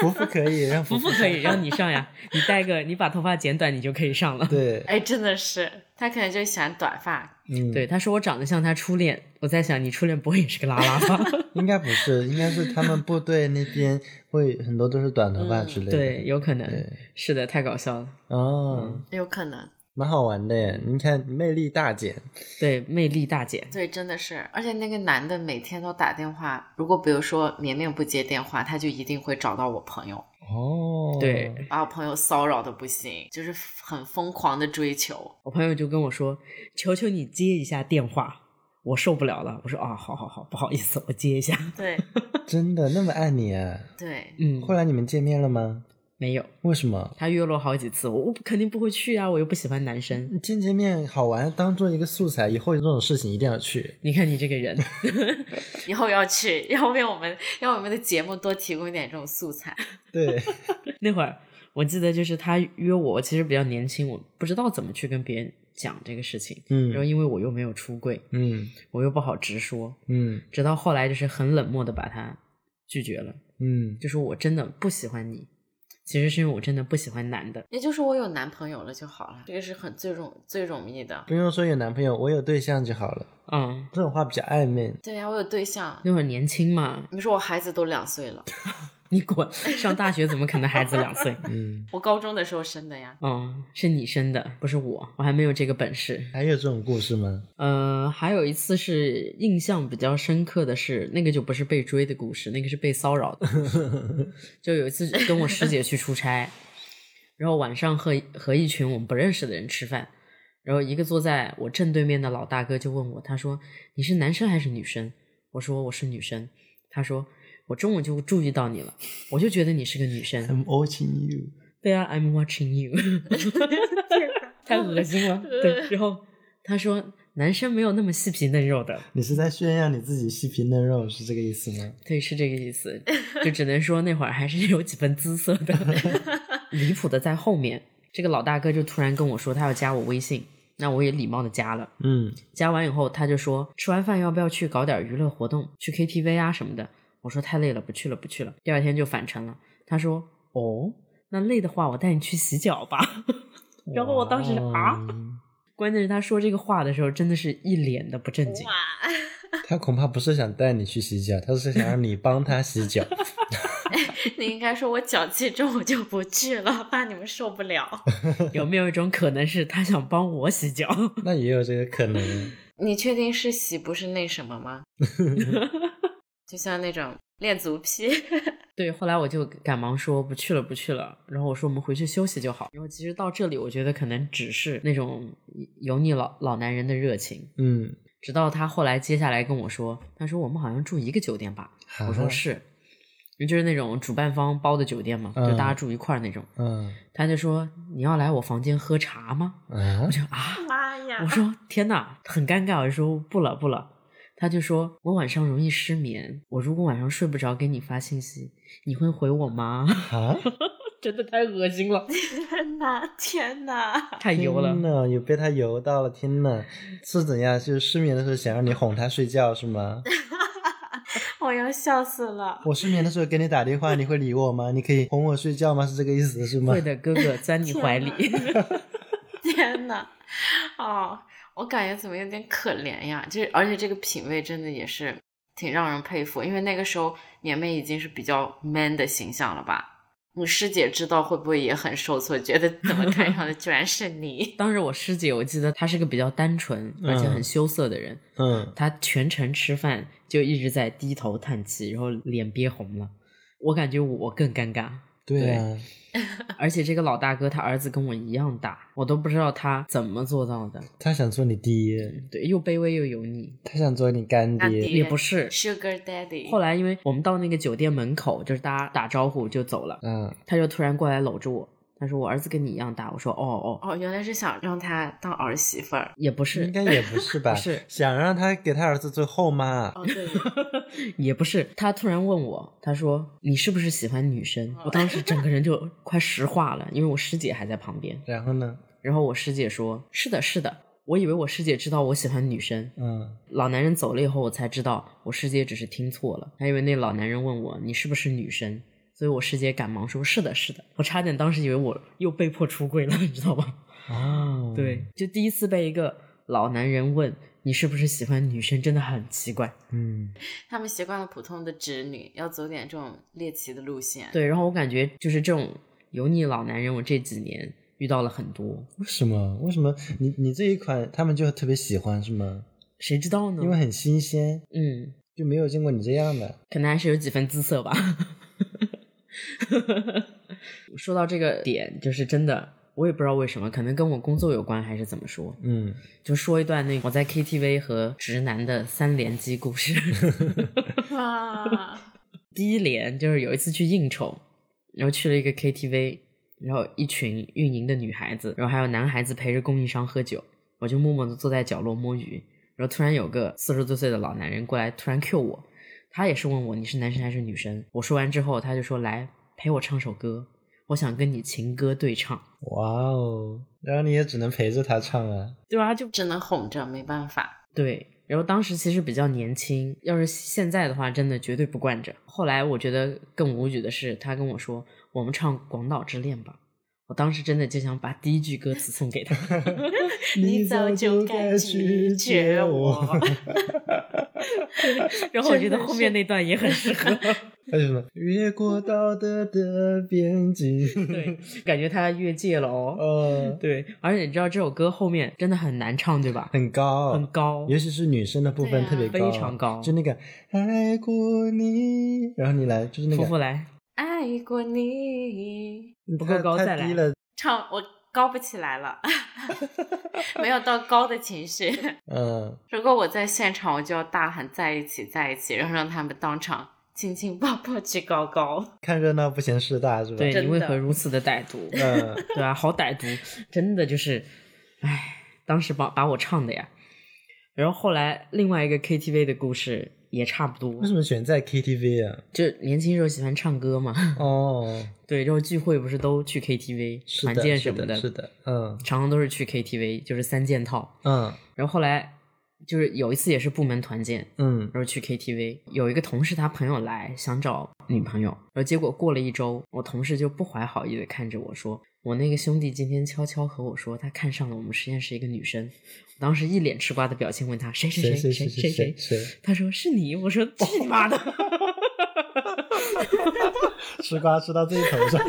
福福可以让
福
福
福可以让你上呀，你戴个，你把头发剪短，你就可以上了。
对，
哎，真的是，她可能就喜欢短发，
嗯，
对，，他说我长得像他初恋，我在想你初恋不会也是个拉拉吧？
应该不是，应该是他们部队那边会很多都是短头发之类的，
嗯对，有可能
对，
是的，太搞笑了。
哦，
有可能。
蛮好玩的耶，你看魅力大减，
对，魅力大姐，
对，真的是，而且那个男的每天都打电话，如果比如说绵绵不接电话，他就一定会找到我朋友，
哦，
对
把我朋友骚扰的不行，就是很疯狂的追求。
我朋友就跟我说：“求求你接一下电话，我受不了了。”我说：“啊，好好好，不好意思，我接一下。
对
真的那么爱你啊？
对”，
嗯，
后来你们见面了吗？
没有，
为什么？
他约了我好几次，我我肯定不会去啊，我又不喜欢男生。
见见面好玩，当做一个素材，以后这种事情一定要去。
你看你这个人，
以后要去，要为我们要我们的节目多提供一点这种素材。
对，
那会儿我记得就是他约我，我其实比较年轻，我不知道怎么去跟别人讲这个事情。 然后
嗯
因为我又没有出柜，
嗯
我又不好直说，
嗯
直到后来就是很冷漠的把他拒绝了，
嗯，
就说我真的不喜欢你，其实是因为我真的不喜欢男的。
也就是我有男朋友了就好了，这个是很最容最容易的。
不用说有男朋友，我有对象就好了。
嗯，
这种话比较暧昧，
对呀、我有对象。
那会儿年轻嘛，
你说我孩子都两岁了，
你滚！上大学怎么可能孩子两岁？
嗯，
我高中的时候生的呀。
嗯，是你生的，不是我，我还没有这个本事。
还有这种故事吗？
呃，还有一次是印象比较深刻的是，那个就不是被追的故事，那个是被骚扰的故事。就有一次跟我师姐去出差，然后晚上和和一群我们不认识的人吃饭，然后一个坐在我正对面的老大哥就问我，他说你是男生还是女生？我说我是女生。他说我中午就注意到你了，我就觉得你是个女生。
I'm watching you。
对啊，I'm watching you，太恶心了。对，然后他说男生没有那么细皮嫩肉的，
你是在炫耀你自己细皮嫩肉，是这个意思吗？
对，是这个意思，就只能说那会儿还是有几分姿色 的，离谱的在后面。这个老大哥就突然跟我说他要加我微信，那我也礼貌的加了。
嗯
加完以后，他就说吃完饭要不要去搞点娱乐活动，去 KTV 啊什么的。我说太累了，不去了，不去了。第二天就返程了。他说哦，那累的话，我带你去洗脚吧。 然后我当时啊，
哦
关键是他说这个话的时候，真的是一脸的不正经。
哇，
他恐怕不是想带你去洗脚，他是想让你帮他洗脚。
你应该说我脚气重，我就不去了，怕你们受不 了。
有没有一种可能是他想帮我洗脚？
那也有这个可能。
你确定是洗不是那什么 吗？就像那种练足癖，
对，后来我就赶忙说不去了，不去了。然后我说我们回去休息就好。然后其实到这里，我觉得可能只是那种油腻老老男人的热情。
嗯
直到他后来接下来跟我说，他说我们好像住一个酒店吧，
啊
我说是，就是那种主办方包的酒店嘛，
嗯
就大家住一块儿那种。
嗯
他就说你要来我房间喝茶吗？
啊
我就啊，
妈呀
我说天哪，很尴尬，我就说不了不了。他就说我晚上容易失眠，我如果晚上睡不着给你发信息，你会回我吗？
啊！
真的太恶心了，
天哪，天哪！
太油了。
呢，有被他油到了，天呐，是怎样？就是失眠的时候想让你哄他睡觉是吗？
我要笑死了。
我失眠的时候给你打电话，你会理我吗？你可以哄我睡觉吗？是这个意思是吗
会？的，哥哥钻你怀里。
天哪！哦，我感觉怎么有点可怜呀？就是，而且这个品味真的也是挺让人佩服，因为那个时候年妹已经是比较 man 的形象了吧？你师姐知道会不会也很受挫，觉得怎么看上的居然是你？
当时我师姐，我记得她是个比较单纯而且很羞涩的人，
嗯，
她全程吃饭就一直在低头叹气，然后脸憋红了。我感觉我更尴尬，
对啊，
而且这个老大哥他儿子跟我一样大，我都不知道他怎么做到的。
他想做你爹，
对，又卑微又油腻，
他想做你干
干
爹
爹
也不是。
Sugar Daddy，
后来因为我们到那个酒店门口，就是大家打招呼就走了，
嗯，
他就突然过来搂住我，他说我儿子跟你一样大，我说哦哦，
哦，原来是想让他当儿媳妇儿。
也不是
应，该也不是吧？
不 是
想让他给他儿子做后妈，
哦，对，
也不是，他突然问我，他说你是不是喜欢女生？我当时整个人就快石化了，因为我师姐还在旁边。
然后呢？
然后我师姐说，是的，是的。我以为我师姐知道我喜欢女生，
嗯，
老男人走了以后，我才知道我师姐只是听错了，还以为那老男人问我你是不是女生，所以我师姐赶忙说是的，是的。我差点当时以为我又被迫出柜了，你 知道吧？
哦，
对，，就第一次被一个老男人问你是不是喜欢女生，真的很奇怪。
嗯，
他们习惯了普通的直女，要走点这种猎奇的路线。，
对，然后我感觉就是这种油腻老男人，我这几年遇到了很多，
为什么？为什么你你这一款他们就特别喜欢是
嗯
吗？
谁知道呢？
因为很新鲜，
嗯，
就没有见过你这样的。
可能还是有几分姿色吧。 说到这个点，就是真的，我也不知道为什么，可能跟我工作有关，还是怎么说？
嗯，
就说一段那个我在 KTV 和直男的三连击故事。
哇，
第一连就是有一次去应酬，然后去了一个 KTV，然后一群运营的女孩子，然后还有男孩子陪着供应商喝酒，我就默默的坐在角落摸鱼。然后突然有个四十多岁的老男人过来，突然 Q 我，他也是问我你是男生还是女生。我说完之后，他就说来陪我唱首歌，我想跟你情歌对唱，
哇哦，然后你也只能陪着他唱啊。
对吧？就
只能哄着，没办法。
对，然后当时其实比较年轻，要是现在的话，真的绝对不惯着。后来我觉得更无语的是，他跟我说我们唱《广岛之恋》吧，我当时真的就想把第一句歌词送给他。
你早就该拒绝我。
然后我觉得后面那段也很适 合，
还有什么？越过道德的边 境。
对，感觉他越界了哦。
呃，
对，而且你知道这首歌后面真的很难唱，对吧？
很高，
很高，
尤其是女生的部
对
分
啊
特别高，
非常高
就那个爱过你，然后你来就是那
夫妇
个
来，
爱过你，
不够高
太
再来
太低了，
唱我高不起来了， 没有到高的情绪。
嗯，
如果我在现场，我就要大喊在一起，在一起，然后让他们当场亲亲抱抱去高高。
看热闹不嫌事大是吧？
对
真
你为
的
何如此的歹毒？
嗯，
对啊，好歹毒，真的就是，唉，当时把把我唱的呀。然后后来另外一个 KTV 的故事也差不多
为，什么选在 KTV 啊？
就年轻时候喜欢唱歌嘛，
哦，
对，然后聚会不是都去 KTV
是
团
的，
建
是
什么
的，是的，嗯
常常都是去 KTV，就是三件套。
嗯
然后后来就是有一次也是部门团建，
嗯
然后去 KTV，有一个同事他朋友来想找女朋友，然后结果过了一周，我同事就不怀好意的看着我说，我那个兄弟今天悄悄和我说他看上了我们实验室一个女生，我当时一脸吃瓜的表情问他谁谁
谁
谁
谁
谁
谁谁
他说是你，我说去你妈的，
吃瓜吃到自己头 上，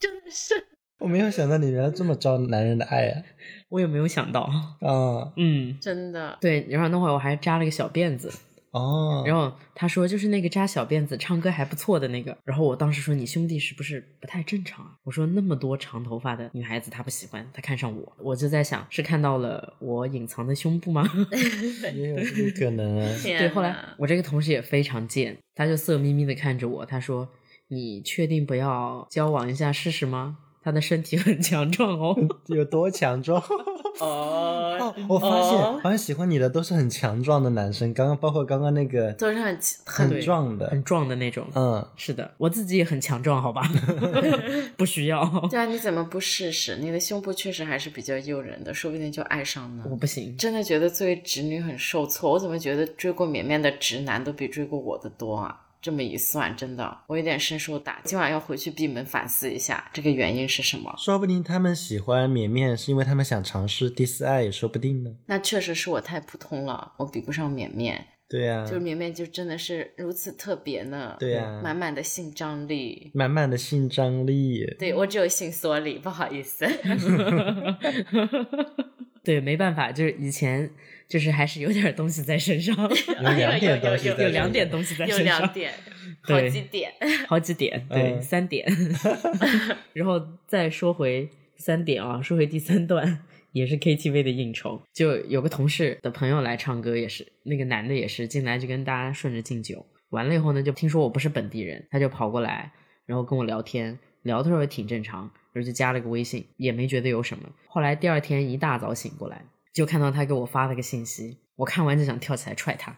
真的是，
我没有想到你原来这么招男人的爱啊！
我也没有想到，
啊、
嗯，
真的
对，然后那会儿我还扎了个小辫子，
哦，
然后他说就是那个扎小辫子、唱歌还不错的那个。然后我当时说你兄弟是不是不太正常啊？我说那么多长头发的女孩子他不喜欢，他看上我。我就在想是看到了我隐藏的胸部吗？
也有这个可能啊。
天
对，后来
呐
我这个同事也非常贱，他就色眯眯的看着我，他说：“你确定不要交往一下试试吗？”他的身体很强壮哦。
有多强壮？
哦
哦，我发现
哦
好像喜欢你的都是很强壮的男生，刚刚包括刚刚那个
都是很很
很壮的
很，壮的那种。
嗯，
是的，我自己也很强壮，好吧？ 不需要，
对啊，你怎么不试试？你的胸部确实还是比较诱人的，说不定就爱上呢
我。不行。
真的觉得作为直女很受挫，我怎么觉得追过绵绵的直男都比追过我的多啊？这么一算，真的我有点深受打击，今晚要回去闭门反思一下，这个原因是什么？
说不定他们喜欢绵绵是因为他们想尝试第四爱，也说不定呢。
那确实是我太普通了，我比不上绵绵，
对呀、啊，
就是绵绵就真的是如此特别呢，
对呀嗯
满满的性张力。
满满的性张 力。
对我只有性缩力，不好 意思。
对，没办法，就是以前就是还是有点东西在身上，
哎
有两点东西在身上
有 两点东西在
有
身上，
两点，好
对
几点。
好几点，对，
嗯
三点。 然后再说回三点啊，说回第三段， 也是 KTV 的应酬，就有个同事的朋友来唱歌，也是那个男的也是进来就跟大家顺着敬酒，完了以后呢，就听说我不是本地人，他就跑过来，然后跟我聊天，聊的时候也挺正常，然后就加了个微信，也没觉得有什么。后来第二天一大早醒过来，就看到他给我发了个信息，我看完就想跳起来踹他。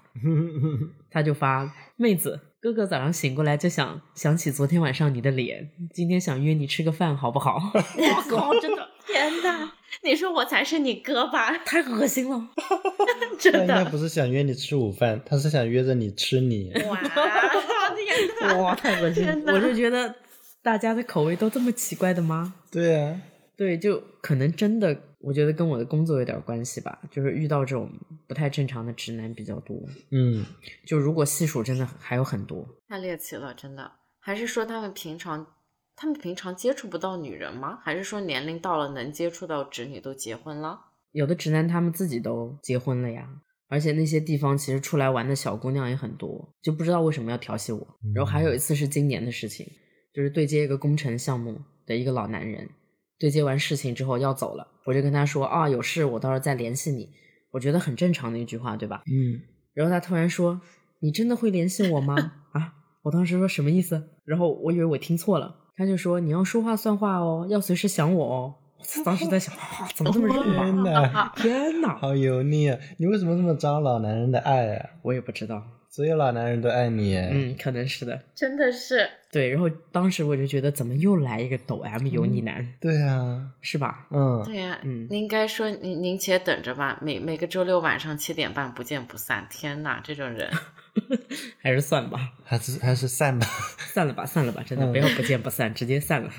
他就发：“妹子，哥哥早上醒过来就想想起昨天晚上你的脸，今天想约你吃个饭，好不 好？”我靠，真的
天哪，你说我才是你哥吧？
太恶心 了！
他
真
应该
的。
不是想约你吃午饭，他是想约着你吃你。
哇，天哪！
哇，太恶心
天哪
了！我就觉得大家的口味都这么奇怪的吗？
对啊，
对，就可能真的，我觉得跟我的工作有点关系吧，就是遇到这种不太正常的直男比较多。
嗯，
就如果细数，真的还有很多。
太猎奇了，真的。还是说他们平常，他们平常接触不到女人吗？还是说年龄到了能接触到侄女都结 婚了？
有的直男他们自己都结婚了呀，而且那些地方其实出来玩的小姑娘也很多，就不知道为什么要调戏我。然后还有一次是今年的事情，就是对接一个工程项目的一个老男人，对接完事情之后要走了，我就跟他说啊有事我到时候再联系你，我觉得很正常的一句话，对吧？
嗯，
然后他突然说：“你真的会联系我吗？” 啊！我当时说什么意思？然后我以为我听错了，他就说：“你要说话算话哦，要随时想我哦。”我当时在想，啊、怎 么这么肉麻？
天哪，
天哪！
好油腻啊！你为什么这么招老男人的爱啊？
我也不知道，
所有老男人都爱你。
嗯，可能是的。
真 的是，
对，然后当时我就觉得，怎么又来一个抖 M 油腻男，
对啊，
是吧？
嗯，
对呀、
嗯
您应该说您您且等着吧，每每个周六晚上七点半不见不散。天哪，这 种人，
还是算了吧，
还是还是散 吧。
散了吧，散了吧，真的
嗯
不要不见不散， 直接散了。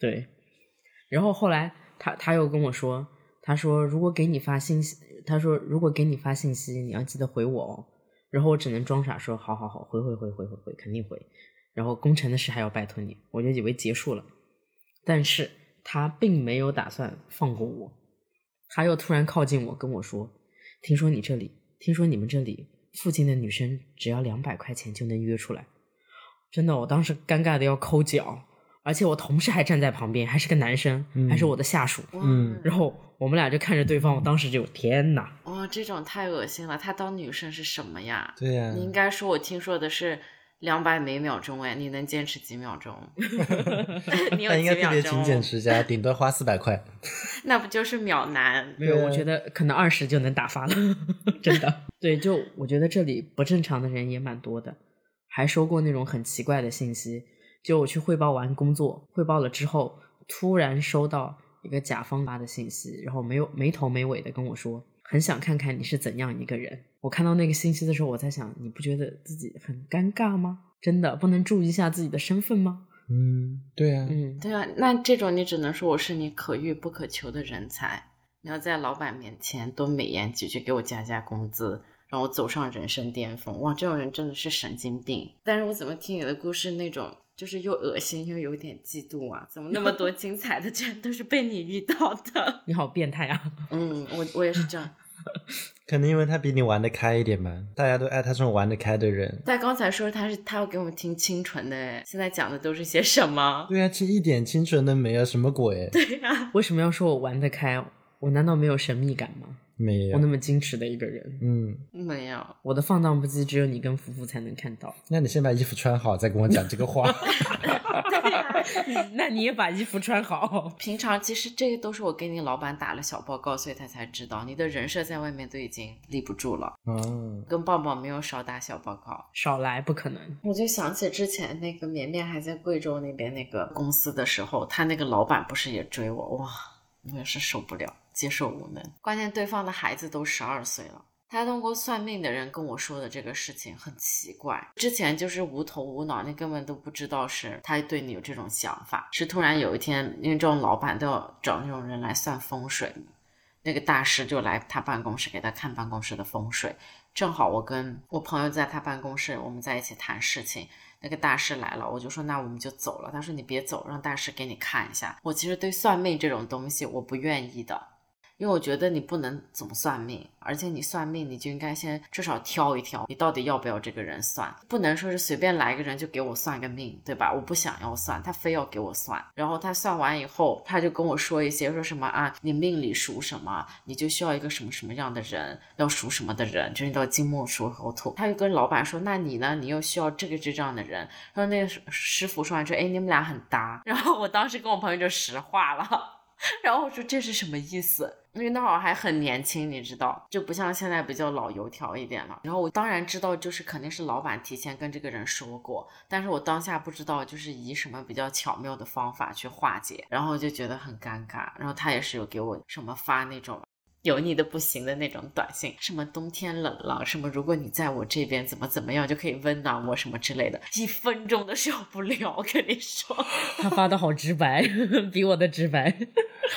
对，然后后来他他又跟我说，他说如果给你发信息，他说如果给你发信息，你要记得回我哦。然后我只能装傻说好好好，回回回回回回，肯定回。然后工程的事还要拜托你，我就以为结束了，但是他并没有打算放过我，他又突然靠近我跟我说，听说你这里，听说你们这里附近的女生只要两百块钱就能约出来。真的，我当时尴尬的要抠脚，而且我同事还站在旁边，还是个男生，
嗯
还是我的下属。
哇、
嗯
然后我们俩就看着对方，我当时就天哪！
哇，这种太恶心了。他当女生是什么呀？
对啊呀、
你应该说，我听说的是两百每秒钟，哎，你能坚持几秒 钟？ 你有
他应该
几
特
秒
别勤俭
钟？
持家，顶多花四百 块。
那不就是秒男？
没有，
对啊
我觉得可能二十就能打发了， 真的。 对，就我觉得这里不正常的人也蛮多的，还收过那种很奇怪的信息。就我去汇报完工作，汇报了之后，突然收到一个甲方发的信息，然后没有没头没尾的跟我说，很想看看你是怎样一个人。我看到那个信息的时候，我在想，你不觉得自己很尴尬吗？真的不能注意一下自己的身份吗？
嗯，对呀、
嗯，
对啊，那这种你只能说我是你可遇不可求的人才。你要在老板面前多美言几句，给我加加工资，让我走上人生巅峰。哇，这种人真的是神经病。但是我怎么听你的故事，那种就是又恶心又有点嫉妒啊？怎么那么 多精彩的，居然都是被你遇到的？
你好变态啊！
嗯，我我也是这样。
可能因为他比你玩得开一点吧，大家都爱他这种玩得开的人。
但刚才说他是他要给我们听清纯的，现在讲的都是些什么？
对啊，这一点清纯都没有，什么鬼？
对呀、
为什么要说我玩得开？我难道没有神秘感吗？
没
我那
有。
么矜持的一个人，
嗯，
没有，
我的放荡不羁只有你跟夫妇才能看到。
那你先把衣服穿好，再跟我讲这个 话。
那你也把衣服穿好。
平常其实这个都是我给你老板打了小报告，所以他才知道你的人设在外面都已经立不住了，
嗯，
跟棒棒没有少打小报告。
少来，不可能。
我就想起之前那个绵绵还在贵州那边那个公司的时候，他那个老板不是也追我哇，我也是受不了，接受无能。关键对方的孩子都十二岁了。他通过算命的人跟我说的这个事情很奇怪，之前就是无头无脑，你根本都不知道是他对你有这种想法，是突然有一天，因为这种老板都要找那种人来算风水嘛，那个大师就来他办公室给他看办公室的风水，正好我跟我朋友在他办公室，我们在一起谈事情。那个大师来了，我就说那我们就走了。他说你别走，让大师给你看一下。我其实对算命这种东西我不愿意的，因为我觉得你不能总算命，而且你算命你就应该先至少挑一挑，你到底要不要这个人算，不能说是随便来一个人就给我算个命，对吧？我不想要算，他非要给我算，然后他算完以后，他就跟我说一些说什么啊，你命里属什么，你就需要一个什么什么样的人，要属什么的人，就是你到金木水火土。他就跟老板说，那你呢？你又需要这个这这样的人。然后那个师师傅说完说，哎，你们俩很搭。然后我当时跟我朋友就石化了。然后我说这是什么意思？因为那会儿还很年轻，你知道，就不像现在比较老油条一点了。然后我当然知道，就是肯定是老板提前跟这个人说过，但是我当下不知道，就是以什么比较巧妙的方法去化解，然后我就觉得很尴尬。然后他也是有给我什么发那种油腻的不行的那种短信，什么冬天冷了，什么如果你在我这边怎么怎么样就可以温暖我什么之类的，一分钟都受不了，我跟你说。
他发的好直白， 比我的直白。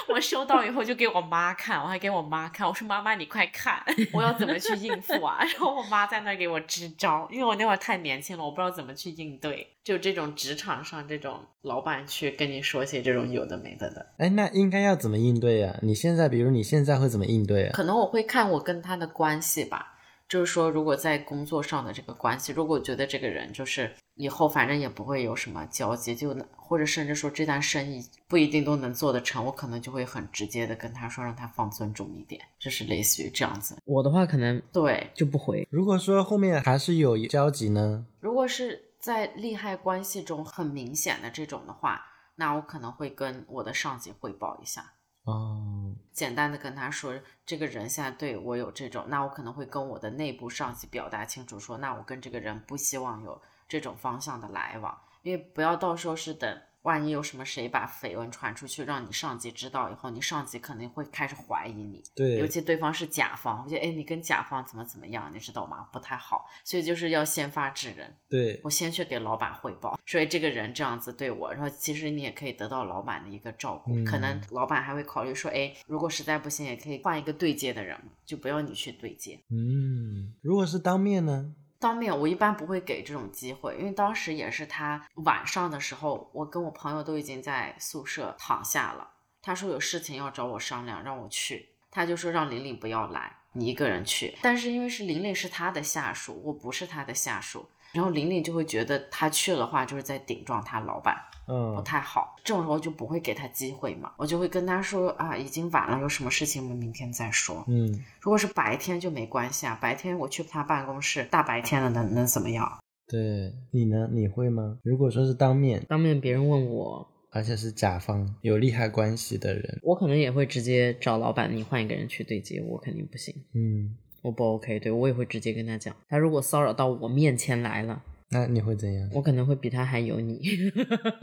我收到以后就给我妈看，我还给我妈看，我说妈妈你快看，我要怎么去应付啊？ 然后我妈在那儿给我支招，因为我那会儿太年轻了，我不知道怎么去应对。就这种职场上这种老板去跟你说些这种有的没的的，
哎，那应该要怎么应对呀、你现在，比如你现在会怎么应对啊？
可能我会看我跟他的关系吧。就是说，如果在工作上的这个关系，如果我觉得这个人就是以后反正也不会有什么交集，就或者甚至说这单生意不一定都能做得成，我可能就会很直接的跟他说，让他放尊重一点，就是类似于这样子。
我的话可能
对，
就不回。
如果说后面还是有交集呢？
如果是在利害关系中很明显的这种的话，那我可能会跟我的上级汇报一下，
哦，
简单的跟他说这个人现在对我有这种，那我可能会跟我的内部上级表达清楚说，那我跟这个人不希望有这种方向的来往，因为不要到时候是等。万一有什么谁把绯闻传出去，让你上级知道以后，你上级肯定会开始怀疑你，尤
对，
其对方是甲方，我觉得哎，你跟甲方怎么怎么样，你知道吗？不太好，所以就是要先发制人。
对，
我先去给老板汇报，所以这个人这样子对我，然后其实你也可以得到老板的一个照顾，
嗯
可能老板还会考虑说，哎，如果实在不行，也可以换一个对接的人嘛，就不要你去对接。
嗯，如果是当面呢？
当面我一般不会给这种机会，因为当时也是他晚上的时候，我跟我朋友都已经在宿舍躺下了，他说有事情要找我商量，让我去，他就说让玲玲不要来，你一个人去。但是因为是玲玲是他的下属，我不是他的下属，然后玲玲就会觉得他去了话就是在顶撞他老板，不
嗯，
太好，这种时候就不会给他机会嘛，我就会跟他说啊，已经晚了，有什么事情我们明天再说。
嗯，
如果是白天就没关系啊，白天我去他办公室，大白天的能能怎么样？
对，你呢？你会吗？如果说是当面，
当面别人问我，
而且是甲方有利害关系的人，
我可能也会直接找老板，你换一个人去对接，我肯定不行，
嗯，
我不 OK 对。我也会直接跟他讲，他如果骚扰到我面前来了，
那你会怎样？
我可能会比他还油腻，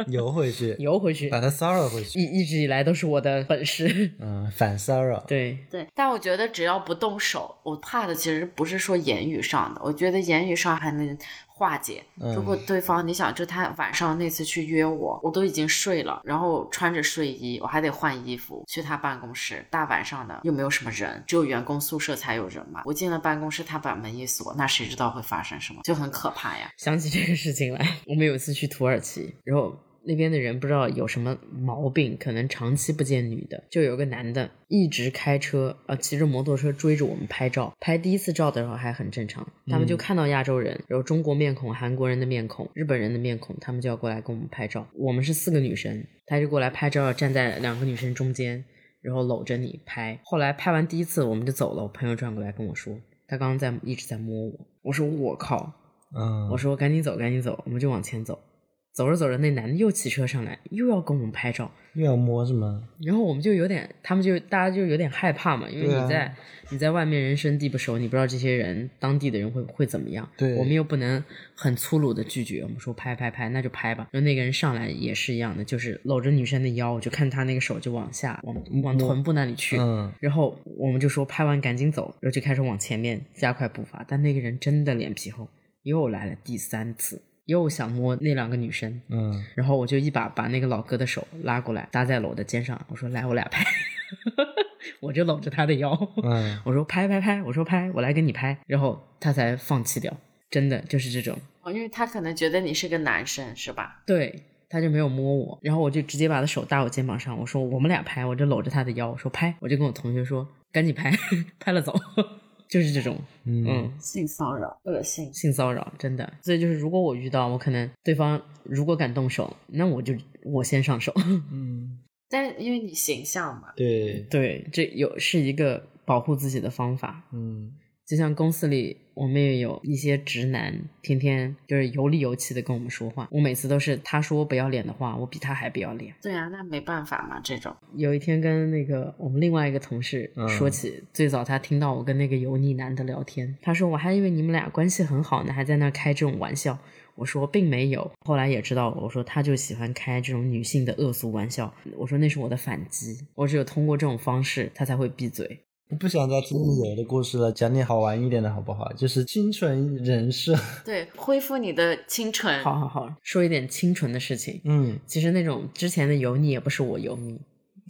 游回去，
游回去
把。他骚扰回去，
一一直以来都是我的本事，
嗯，反骚扰，
对，
对，但我觉得只要不动手，我怕的其实不是说言语上的，我觉得言语上还能化解。
嗯
如果对方你想，就他晚上那次去约我，我都已经睡了，然后穿着睡衣，我还得换衣服去他办公室，大晚上的又没有什么人，只有员工宿舍才有人嘛。我进了办公室，他把门一锁，那谁知道会发生什么，就很可怕呀。
想起这个事情来，我们有一次去土耳其，然后那边的人不知道有什么毛病，可能长期不见女的，就有个男的一直开车，呃，骑着摩托车追着我们拍照。拍第一次照的时候还很正常，他们就看到亚洲人，然后中国面孔、韩国人的面孔、日本人的面孔，他们就要过来跟我们拍照。我们是四个女生，他就过来拍照，站在两个女生中间，然后搂着你拍。后来拍完第一次我们就走了，我朋友转过来跟我说，他刚刚在一直在摸我，我说我靠，
嗯，
我说赶紧走，赶紧走，我们就往前走。走着走着，那男的又骑车上来，又要跟我们拍照，
又要摸是吗？
然后我们就有点，他们就大家就有点害怕嘛，因为
对啊
你在、你在外面人生地不熟，你不知道这些人当地的人会会怎么样，
对嗯
我们又不能很粗鲁的拒绝，我们说拍拍拍，那就拍吧。然后那个人上来也是一样的，就是搂着女生的腰，我就看他那个手就往下往往臀部那里去，
嗯，
然后我们就说拍完赶紧走，然后就开始往前面加快步伐。但那个人真的脸皮厚，又来了第三次，又想摸那两个女生。
嗯，
然后我就一把把那个老哥的手拉过来，搭在了我的肩上，我说来，我俩拍， 我就搂着他的腰，
嗯，
我说拍拍拍，我说拍，我来跟你拍，然后他才放弃掉，真的就是这种，
哦，因为他可能觉得你是个男生，是吧？
对，他就没有摸我，然后我就直接把他手搭我肩膀上，我说我们俩拍，我就搂着他的腰，我说拍，我就跟我同学说赶紧拍， 拍了走，就是这种，
嗯，
嗯。
性骚扰，恶心。
性骚扰，真的。所以就是，如果我遇到，我可能对方如果敢动手，那我就我先上手。
嗯，
但是因为你形象嘛，
对，
对，这有是一个保护自己的方法。
嗯，
就像公司里，我们也有一些直男，天天就是有理有气的跟我们说话。我每次都是他说我不要脸的话，我比他还不要脸。
对啊，那没办法嘛，这种
有一天跟那个我们另外一个同事说起，最早他听到我跟那个油腻男的聊天，他说我还以为你们俩关系很好呢，还在那儿开这种玩笑。我说并没有，后来也知道，我说他就喜欢开这种女性的恶俗玩笑，我说那是我的反击，我只有通过这种方式，他才会闭嘴。
不想再听你有的故事了，讲点好玩一点的好不好？就是清纯人设，
对恢复你的清纯。
好好好，说一点清纯的事情。
嗯，
其实那种之前的油腻也不是我油腻，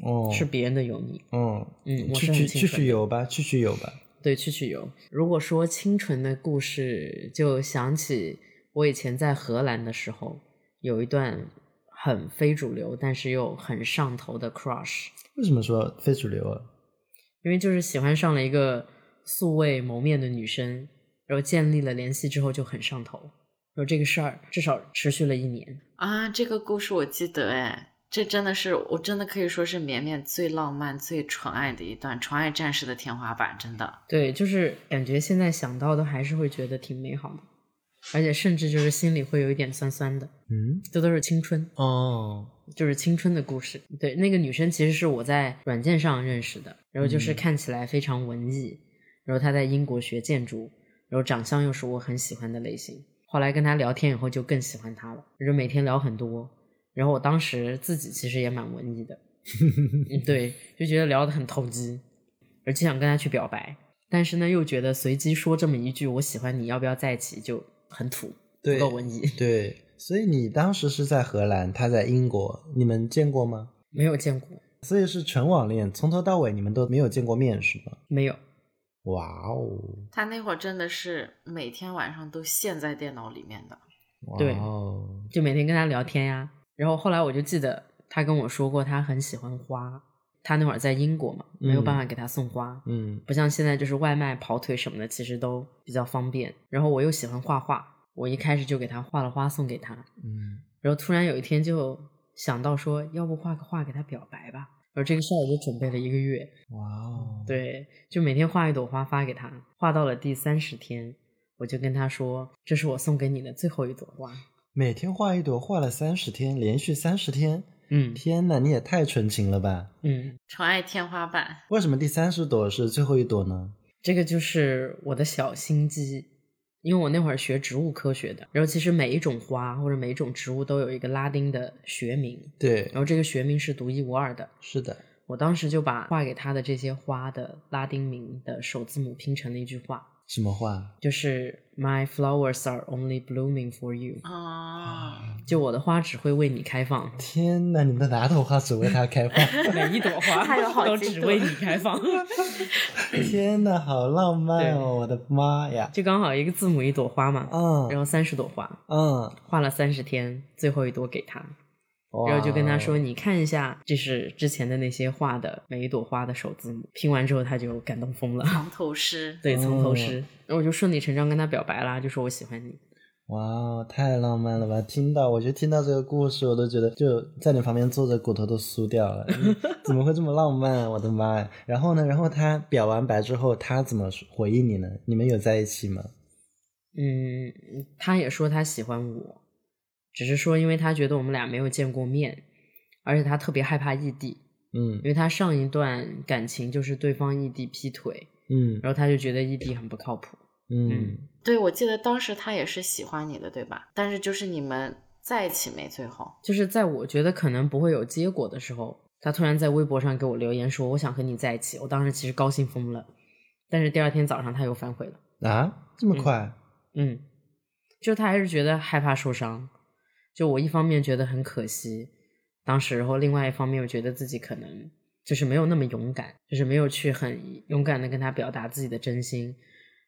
哦，
是，别人的油腻。
嗯，
嗯，我
去
是很
去
清
去
纯
去
的
油吧，去去油吧，
对，去去油。如果说清纯的故事，就想起我以前在荷兰的时候，有一段很非主流，但是又很上头的 crush，
为什么说非主流啊？
因为就是喜欢上了一个素未谋面的女生，然后建立了联系之后就很上头，然后这个事儿至少持续了一年。
啊，这个故事我记得哎，这真的是我真的可以说是绵绵最浪漫、最纯爱的一段，纯爱战士的天花板，真的。
对，就是感觉现在想到的还是会觉得挺美好的，而且甚至就是心里会有一点酸酸的，
嗯，
这都是青春。
哦，
就是青春的故事。对，那个女生其实是我在软件上认识的，然后就是
嗯
看起来非常文艺，然后她在英国学建筑，然后长相又是我很喜欢的类型。后来跟她聊天以后，就更喜欢她了，就每天聊很多。然后我当时自己其实也蛮文 艺的，嗯对，就觉得聊得很投机，而且想跟她去表白，但是呢又觉得随机说这么一句“我喜欢你，要不要在一起”就很土，不
对
够文艺，
对，所以你当时是在荷兰，他在英国，你们见过吗？
没有见过，
所以是纯网恋，从头到尾你们都没有见过面是吗？
没有。
哇哦，
他那会儿真的是每天晚上都陷在电脑里面的。
哇
对
哦，
就每天跟他聊天呀。然后后来我就记得他跟我说过，他很喜欢花。他那会儿在英国嘛，
嗯
没有办法给他送花，
嗯
不像现在就是外卖、跑腿什么的，其实都比较方便。然后我又喜欢画画，我一开始就给他画了花送给他。
嗯，
然后突然有一天就想到说，要不画个画给他表白吧。而这个事儿我就准备了一个月，
哇哦，，
对，就每天画一朵花发给他。画到了第三十天，我就跟他说，这是我送给你的最后一朵花。
每天画一朵，画了三十天，连续三十天，
嗯
天呐，你也太纯情了吧？
嗯，
纯爱天花板，
为什么第三十朵是最后一朵呢？
这个就是我的小心机，因为我那会儿学植物科学的，然后其实每一种花或者每一种植物都有一个拉丁的学名，
对
然，后这个学名是独一无二的。
是的，
我当时就把画给他的这些花的拉丁名的首字母拼成了一句话，
什么画？
就是 My flowers are only blooming for you，
哦，
就我的花只会为你开放，
天呐，你的哪朵花只为他开 放？
每一朵
他有好
花都
几
只
朵
为你 开放。
天呐，好浪漫
对
哦！我的妈呀！
就刚好一个字母一朵花嘛，然
嗯
后三十朵花，
嗯，
画了三十天，最后一朵给他。然后就跟他说：“你看一下，这是之前的那些画的每一朵花的首字母。”拼完之后，他就感动疯了。
藏头诗，
对，藏头诗。然后我就顺理成章跟他表白啦，就说我喜欢你。
哇，哦太浪漫了吧！听到，我觉得听到这个故事，我都觉得就在你旁边坐着，骨头都酥掉了。你怎么会这么浪漫、啊？我的妈呀！然后呢？然后他表完白之后，他怎么回应你呢？你们有在一起吗？
嗯，他也说他喜欢我，只是说因为他觉得我们俩没有见过面，而且他特别害怕异地，
嗯
因为他上一段感情就是对方异地劈腿，
嗯
然后他就觉得异地很不靠谱。
嗯，
对我记得当时他也是喜欢你的，对吧？但是就是你们在一起没最后，
就是在我觉得可能不会有结果的时候，他突然在微博上给我留言说我想和你在一起，我当时其实高兴疯了，但是第二天早上他又反悔了，
啊，这么快？
嗯，就他还是觉得害怕受伤，就我一方面觉得很可惜，当时，然后另外一方面我觉得自己可能就是没有那么勇敢，就是没有去很勇敢的跟他表达自己的真心，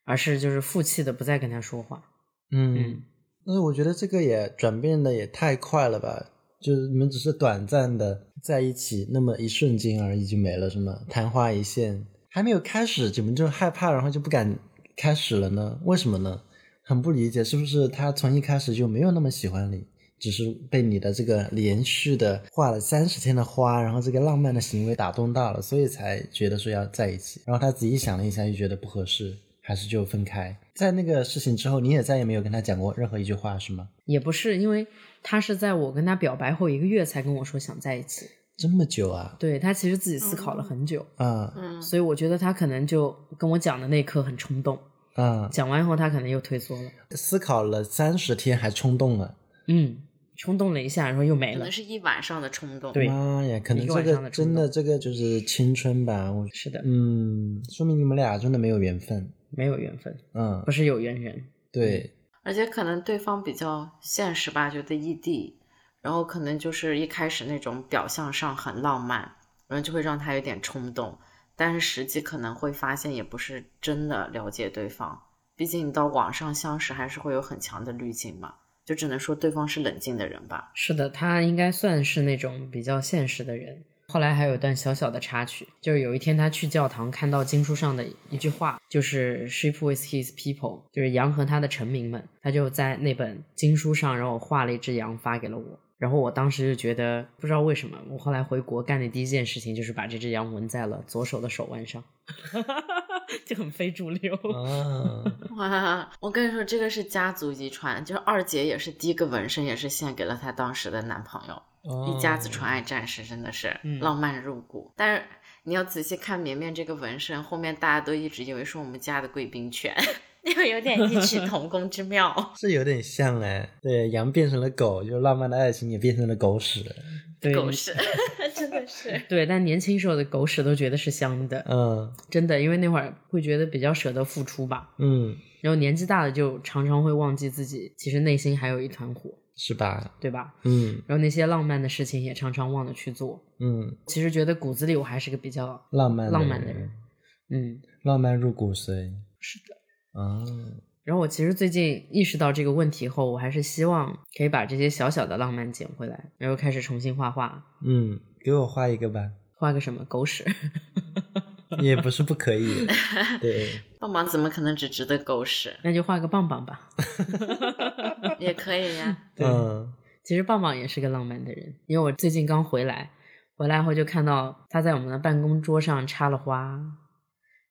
而是就是负气的不再跟他说话，
嗯，但是我觉得这个也转变的也太快了吧？就是你们只是短暂的在一起，那么一瞬间而已就没了，是吗？昙花一现，还没有开始，怎么就害怕，然后就不敢开始了呢？为什么呢？很不理解，是不是他从一开始就没有那么喜欢你，只是被你的这个连续的画了三十天的花，然后这个浪漫的行为打动到了，所以才觉得说要在一起。然后他仔细想了一下，又觉得不合适，还是就分开。在那个事情之后，你也再也没有跟他讲过任何一句话，是吗？
也不是，因为他是在我跟他表白后一个月才跟我说想在一起。
这么久啊？
对他其实自己思考了很久，
啊
哦嗯，
所以我觉得他可能就跟我讲的那一刻很冲动，
啊！
讲完以后他可能又退缩了，
思考了三十天，还冲动了。
嗯，冲动了一下，然后又没
可
了
能。是一晚上的冲动。
对
妈呀，可能
一个
这
晚上
个
的冲
真的
动
这个就是青春吧，我
是的，
嗯，说明你们俩真的没有缘分。
没有缘分，
嗯
不，是有缘人。
对，
而且可能对方比较现实吧，觉得异地，然后可能就是一开始那种表象上很浪漫，然后就会让他有点冲动，但是实际可能会发现也不是真的了解对方，毕竟你到网上相识还是会有很强的滤镜嘛，就只能说对方是冷静的人吧。
是的，他应该算是那种比较现实的人。后来还有一段小小的插曲，就是有一天他去教堂看到经书上的一句话，就是 “sheep with his people”，就是羊和他的臣民们。他就在那本经书上，然后画了一只羊发给了我。然后我当时就觉得，不知道为什么，我后来回国干的第一件事情就是把这只羊纹在了左手的手腕上， 就很非主流。
嗯
啊，。
哇， 我跟你说，这个是家族遗传，就是二姐也是第一个纹身，也是献给了她当时的男朋友。一家子纯爱战士真的是
哦嗯
浪漫入骨，但是你要仔细看绵绵这个纹身，后面大家都一直以为是我们家的贵宾犬， 因为有点异曲同工之妙
是有点像哎，对，羊变成了狗，就浪漫的爱情也变成了狗屎。
对，
狗 屎，真的 是。
对，但年轻时候的狗屎都觉得是香的，
嗯
真的，因为那会儿会觉得比较舍得付出吧。
嗯，
然后年纪大了，就常常会忘记自己其实内心还有一团火，
是吧？
对吧？
嗯
然后那些浪漫的事情也常常忘了去做。
嗯，
其实觉得骨子里我还是个比较，
浪漫
浪漫的
人
人，嗯，
浪漫入骨髓。
是的。
啊，
然后我其实最近意识到这个问题后，我还是希望可以把这些小小的浪漫捡回来，然后开始重新画画，
嗯，给我画一个吧，
画个什么狗屎。
也不是不可以。 对，
棒棒怎么可能只值得狗屎？
那就画个棒棒吧。
也可以呀，
对
嗯
其实棒棒也是个浪漫的人，因为我最近刚回来，回来后就看到他在我们的办公桌上插了花，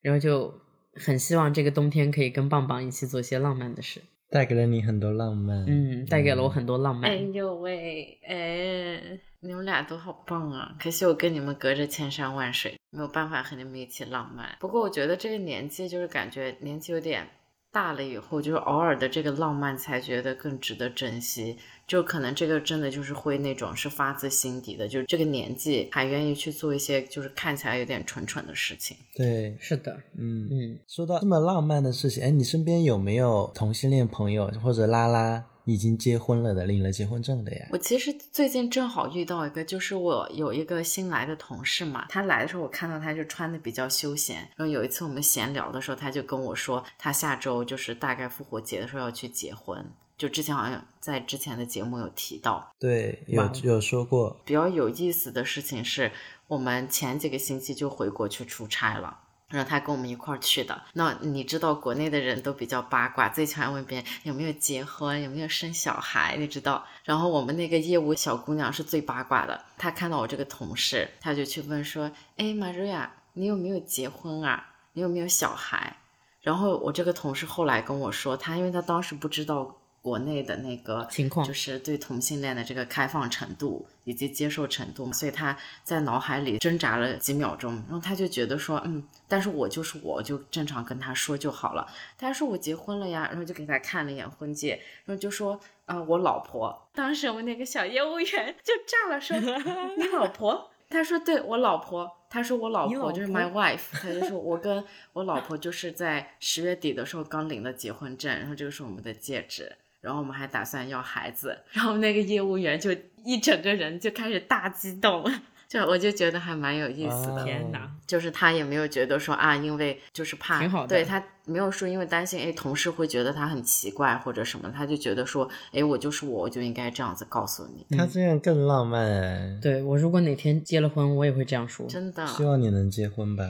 然后就很希望这个冬天可以跟棒棒一起做些浪漫的事。
带给了你很多浪漫。
嗯，带给了我很多浪漫。
哎呦喂，哎，你们俩都好棒啊！可惜我跟你们隔着千山万水，没有办法和你们一起浪漫。不过我觉得这个年纪就是感觉年纪有点大了以后，就是偶尔的这个浪漫才觉得更值得珍惜。就可能这个真的就是会那种是发自心底的，就是这个年纪还愿意去做一些就是看起来有点蠢蠢的事情。
对，
是的，
嗯
嗯，
说到这么浪漫的事情，哎，你身边有没有同性恋朋友或者拉拉已经结婚了的，领了结婚证的呀？
我其实最近正好遇到一个，就是我有一个新来的同事嘛，他来的时候我看到他就穿的比较休闲，然后有一次我们闲聊的时候，他就跟我说，他下周就是大概复活节的时候要去结婚，就之前好像在之前的节目有提到。
对，有
哇哦
有说过，
比较有意思的事情是，我们前几个星期就回国去出差了。然后他跟我们一块儿去的。那你知道国内的人都比较八卦，最喜欢问别人有没有结婚，有没有生小孩，你知道。然后我们那个业务小姑娘是最八卦的，她看到我这个同事，她就去问说：“哎，马瑞亚，你有没有结婚啊？你有没有小孩？”然后我这个同事后来跟我说，他因为他当时不知道国内的那个
情况
就是对同性恋的这个开放程度以及接受程度，所以他在脑海里挣扎了几秒钟，然后他就觉得说，嗯，但是我就是我，我就正常跟他说就好了。他说我结婚了呀，然后就给他看了一眼婚戒，然后就说啊、我老婆。当时我们那个小业务员 就炸了，说 你老婆？他说对我老婆，他说我老
你
婆
老
就是
婆
my wife，他就说我跟我老婆就是在十月底的时候刚领了结婚证，然后这个是我们的戒指。然后我们还打算要孩子，然后那个业务员就一整个人就开始大激动，就我就觉得还蛮有意思的。
啊
天哪，
就是他也没有觉得说啊，因为就是怕，
挺好的
对他没有说因为担心哎同事会觉得他很奇怪或者什么，他就觉得说哎我就是我，我就应该这样子告诉你，
他这样更浪漫哎。
对啊我如果哪天结了婚，我也会这样说。
真的？
希望你能结婚吧，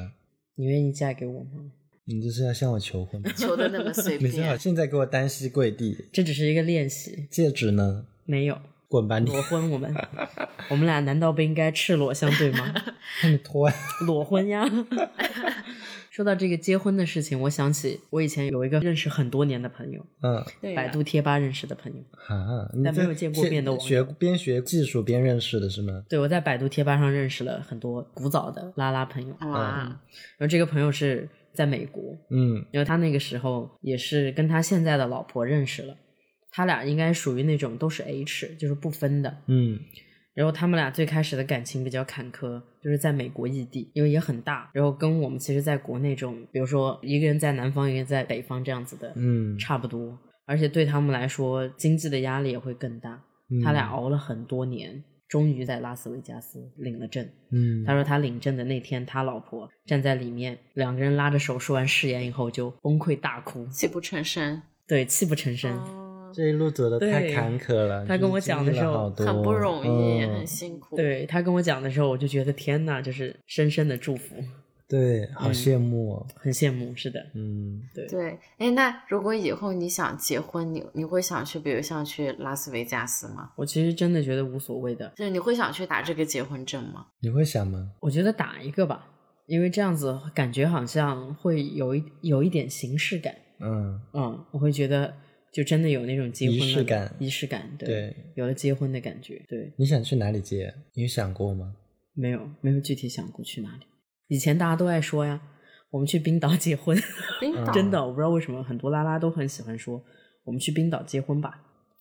你愿意嫁给我吗？
你这是要向我求婚 吧
求的那 么随
你最好
便，
现在给我单膝跪地，
这只是一个练习，
戒指呢？
没有
滚吧你！
裸婚。我们我们俩难道不应该赤裸相对吗？
那你脱呀！啊
裸婚呀。 说到这个结婚的事情，我想起我以前有一个认识很多年的朋友，
嗯，
对呀
百度贴吧认识的朋友。
哈，你
但没
这
有见过
是
面的网
学边学技术边认识的是吗？
对我在百度贴吧上认识了很多古早的拉拉朋友，然
哇，
后这个朋友是在美国，
嗯，
因为他那个时候也是跟他现在的老婆认识了，他俩应该属于那种都是 H，就是不分的。
嗯，
然后他们俩最开始的感情比较坎坷，就是在美国异地，因为也很大，然后跟我们其实在国内这种，比如说一个人在南方，一个人在北方这样子的，
嗯
差不多。而且对他们来说，经济的压力也会更大。
嗯
他俩，哦熬了很多年，终于在拉斯维加斯领了证。
嗯，
他说他领证的那天，他老婆站在里面，两个人拉着手说完誓言以后就崩溃大哭，
泣不成声，
对，泣不成声。
哦
这一路走的太
对
坎坷了。
他跟我讲的时候
就是经历了好多
很不容易，
嗯
很辛苦，，
对他跟我讲的时候，我就觉得天呐，就是深深的祝福，
对，好羡慕哦。
很羡慕。是的，
嗯，
对
对，哎，那如果以后你想结婚，你你会想去，比如像去拉斯维加斯吗？
我其实真的觉得无所谓的，
就是你会想去打这个结婚证
嗯
吗？
你会想吗？
我觉得打一个吧，因为这样子感觉好像会有一有一点形式感。
嗯，
嗯，我会觉得就真的有那种结婚
仪
了
式
的
感
仪式感，对，
对，
有了结婚的感觉，对，
你想去哪里接？你有想过吗？
没有没有具体想过去哪里。以前大家都爱说呀，我们去冰岛结婚，
冰
啊
岛、
真的，我不知道为什么很多拉拉都很喜欢说我们去冰岛结婚吧，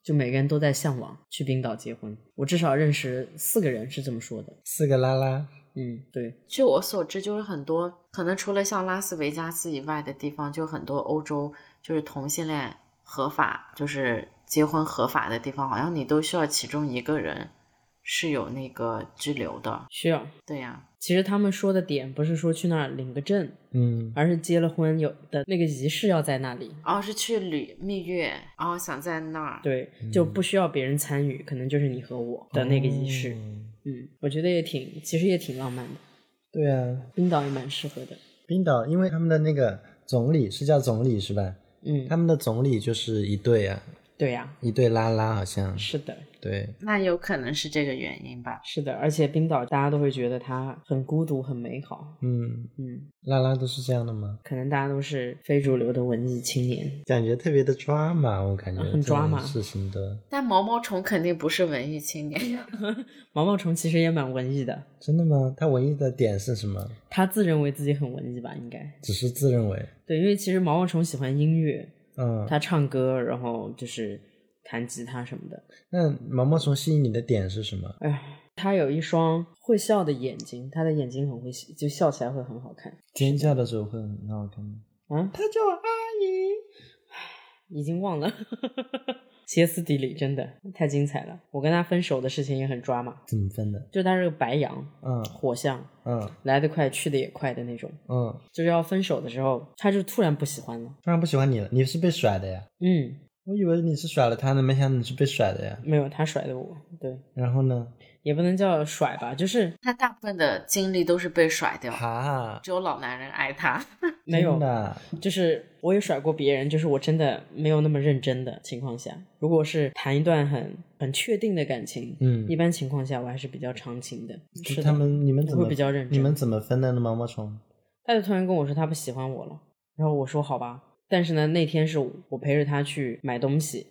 就每个人都在向往去冰岛结婚。我至少认识四个人是这么说的，
四个拉拉，
嗯，对，
据我所知，就是很多可能除了像拉斯维加斯以外的地方，就很多欧洲就是同性恋合法，就是结婚合法的地方，好像你都需要其中一个人是有那个拘留的。
需要。
对呀、
其实他们说的点不是说去那儿领个证，
嗯，
而是结了婚有的那个仪式要在那里，
哦，是去旅蜜月，然、后想在那儿。
对，就不需要别人参与，可能就是你和我的那个仪式。
嗯
嗯，我觉得也挺，其实也挺浪漫的，
对啊，
冰岛也蛮适合的。
冰岛，因为他们的那个总理是叫总理是吧？
嗯
他，们的总理就是一对啊，
对呀、
一对拉拉好像
是的，
对，
那有可能是这个原因吧。
是的，而且冰岛大家都会觉得它很孤独、很美好。
嗯，
嗯，
拉拉都是这样的吗？
可能大家都是非主流的文艺青年。
感觉特别的抓马，我感觉
很
这种
drama
事情的，
但毛毛虫肯定不是文艺青年，
毛毛虫其实也蛮文艺的，
真的吗？他文艺的点是什么？
他自认为自己很文艺吧？应该
只是自认为，
对，因为其实毛毛虫喜欢音乐，
嗯，
他唱歌，然后就是弹吉他什么的。
那毛毛虫吸引你的点是什么？
哎，他有一双会笑的眼睛，他的眼睛很会笑，就笑起来会很好看。
尖叫的时候会很好看吗？
啊，
他叫我阿姨，
已经忘了， 歇斯底里，真的太精彩了。我跟他分手的事情也很抓马，
怎么分的？
就他是个白羊，
嗯
火象，
嗯
来得快，去得也快的那种。
嗯，
就是要分手的时候，他就突然不喜欢了。
突然不喜欢你了，你是被甩的呀？
嗯，
我以为你是甩了他呢，没想到你是被甩的呀。
没有，他甩的我，对，
然后呢？
也不能叫甩吧，就是
他大部分的精力都是被甩掉，
哈，
只有老男人爱他。
没有
真，的，
就是我也甩过别人，就是我真的没有那么认真的情况下，如果是谈一段很很确定的感情，
嗯
一，般情况下我还是比较长情的。是
就
的
他们你们怎
我
么
会比较认真
你们怎么分的呢？毛毛虫，
他就突然跟我说他不喜欢我了，然后我说好吧。但是呢，那天是我陪着他去买东西，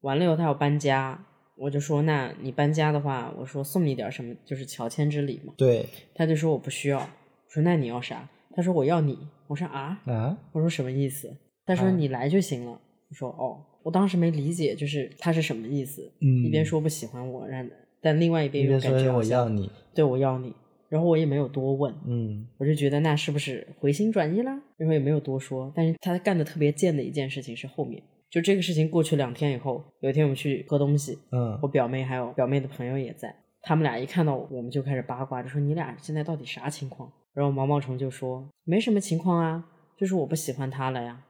完了以后他要搬家，我就说那你搬家的话，我说送你点什么，就是乔迁之礼嘛。
对
他就说我不需要，我说那你要啥？他说我要你，我说啊，
啊，
我说什么意思？他说
啊
你来就行了，我说哦，我当时没理解，就是他是什么意思，
嗯
一边说不喜欢我，然但另外一边
一
又
边
感觉
说
好
我
像
要你，
对我要你，然后我也没有多问，
嗯，
我就觉得那是不是回心转意啦？然后也没有多说。但是他干的特别贱的一件事情是后面，就这个事情过去两天以后，有一天我们去喝东西，
嗯
我，表妹还有表妹的朋友也在，他们俩一看到我，我们就开始八卦，就说你俩现在到底啥情况？然后毛毛虫就说没什么情况啊，就是我不喜欢他了呀，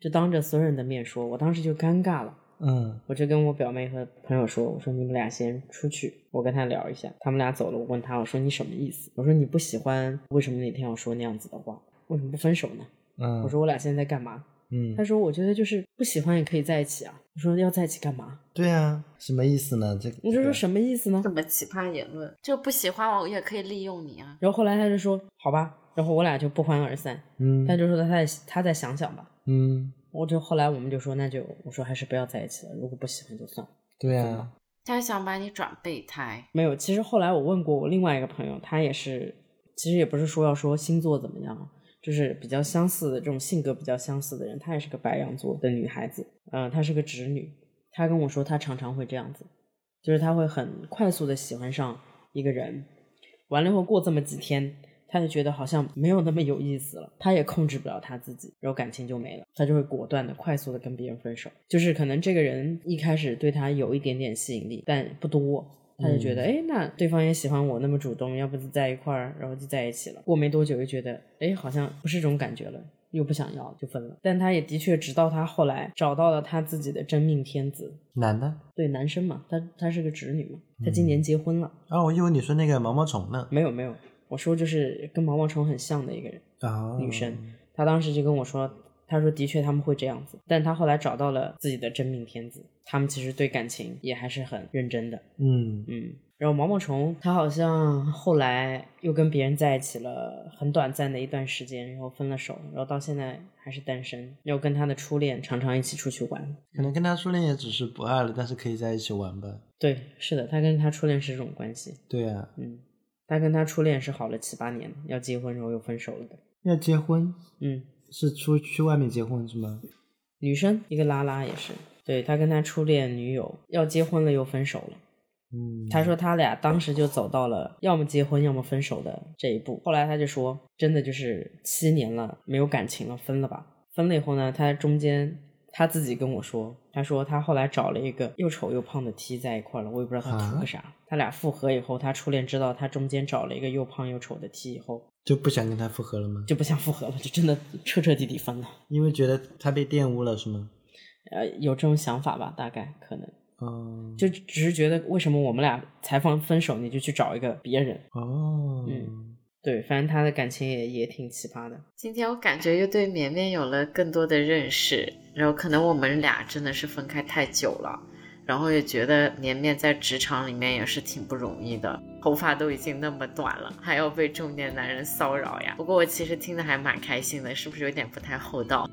就当着所有人的面说，我当时就尴尬了。
嗯，
我就跟我表妹和朋友说：“我说你们俩先出去，我跟他聊一下。”他们俩走了，我问他：“我说你什么意思？我说你不喜欢，为什么那天要说那样子的话？为什么不分手呢？”
嗯，
我说：“我俩现在在干嘛？”
嗯
他，说：“我觉得就是不喜欢也可以在一起啊。”我说：“要在一起干嘛
对啊，什么意思呢？这？”
我就说：“什么意思呢
这么奇葩言论，就不喜欢我也可以利用你啊？”。
然后后来他就说：“好吧。”然后我俩就不欢而散。
嗯，
他就说他再他再想想吧。
嗯，
我就后来我们就说那就我说还是不要在一起了，如果不喜欢就算了。
对啊，
他想把你转备胎，
没有，其实后来我问过我另外一个朋友，他也是，其实也不是说要说星座怎么样啊，就是比较相似的这种性格比较相似的人，她也是个白羊座的女孩子，嗯、她是个直女，她跟我说她常常会这样子，就是她会很快速的喜欢上一个人，完了以后过这么几天。她就觉得好像没有那么有意思了，她也控制不了她自己，然后感情就没了，她就会果断的、快速的跟别人分手。就是可能这个人一开始对她有一点点吸引力，但不多，他就觉得，
嗯
哎、那对方也喜欢我那么主动，要不就在一块儿，然后就在一起了。过没多久又觉得，哎，好像不是这种感觉了，又不想要，就分了。但他也的确，直到他后来找到了他自己的真命天子，
男的。
对，男生嘛，他他是个直女嘛，他今年结婚了，
哦，我以为你说那个毛毛虫呢。
嗯没有没有，我说就是跟毛毛虫很像的一个人，
啊，
女生他当时就跟我说，他说的确他们会这样子，但他后来找到了自己的真命天子，他们其实对感情也还是很认真的。
嗯，
嗯，然后毛毛虫他好像后来又跟别人在一起了很短暂的一段时间，然后分了手，然后到现在还是单身，又跟他的初恋常常一起出去玩。
可能跟他初恋也只是不爱了，但是可以在一起玩吧。
对，是的，他跟他初恋是这种关系。
对啊，
嗯，他跟他初恋是好了七八年，要结婚然后又分手了的。
要结婚
嗯，
是出去外面结婚是吗？
女生一个拉拉也是，对他跟他初恋女友要结婚了又分手了。
嗯，
他说他俩当时就走到了要么结婚要么分手的这一步。后来他就说，真的就是七年了，没有感情了，分了吧。分了以后呢，他中间他自己跟我说，他说他后来找了一个又丑又胖的 T 在一块儿了，我也不知道他图
啊
个啥。他俩复合以后，他初恋知道他中间找了一个又胖又丑的 T 以后，
就不想跟他复合了吗？
就不想复合了，就真的彻彻底底分了。
因为觉得他被玷污了是吗？
呃，有这种想法吧，大概可能
哦，
就只是觉得为什么我们俩才放分手，你就去找一个别人。
哦，
嗯对，反正他的感情也也挺奇葩的。
今天我感觉又对绵绵有了更多的认识，然后可能我们俩真的是分开太久了，然后也觉得绵绵在职场里面也是挺不容易的，头发都已经那么短了，还要被中年男人骚扰呀。不过我其实听得还蛮开心的，是不是有点不太厚道？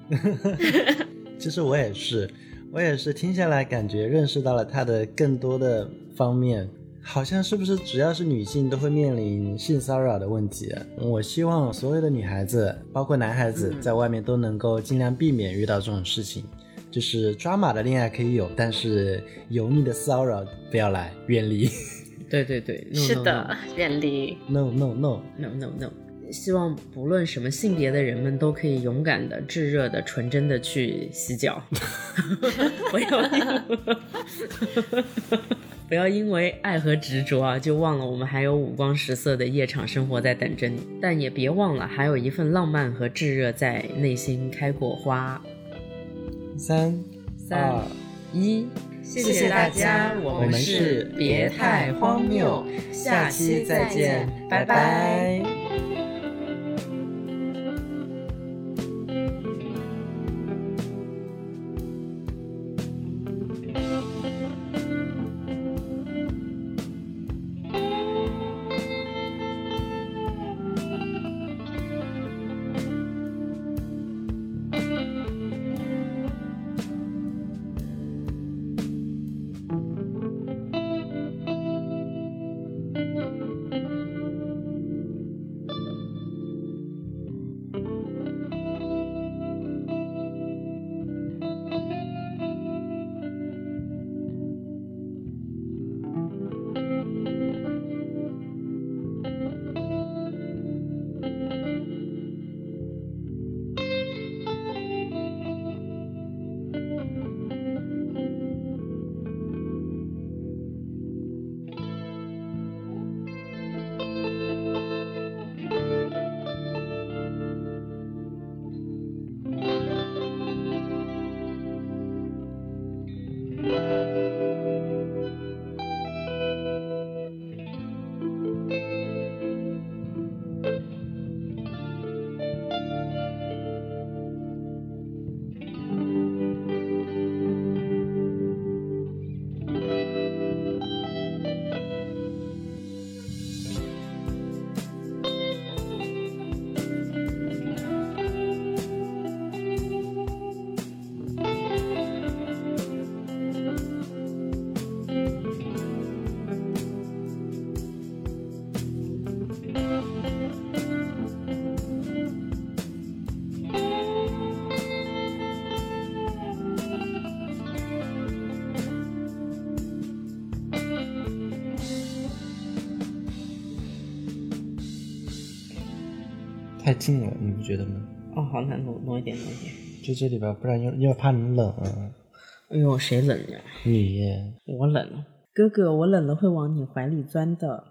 其实我也是，我也是听下来感觉认识到了他的更多的方面，好像是不是只要是女性都会面临性骚扰的问题？我希望所有的女孩子，包括男孩子
嗯，
在外面都能够尽量避免遇到这种事情。就是抓马的恋爱可以有，但是油腻的骚扰不要来，远离。
对对对，
是的，远离。
No no no，
，no no no。希望不论什么性别的人们都可以勇敢的、炙热的、纯真的去洗脚， 不要因为不要因为爱和执着啊，就忘了我们还有五光十色的夜场生活在等着你。但也别忘了，还有一份浪漫和炙热在内心开过花。
三
三、
二
一，
谢谢大家我
们是
别太荒谬，下期再见，拜拜
太近了，你不觉得吗？
哦，好难挪挪一点，挪一点。
就这里边，不然又又怕你冷啊。
哎呦，谁冷呀？
你耶
我冷了，哥哥，我冷了会往你怀里钻的。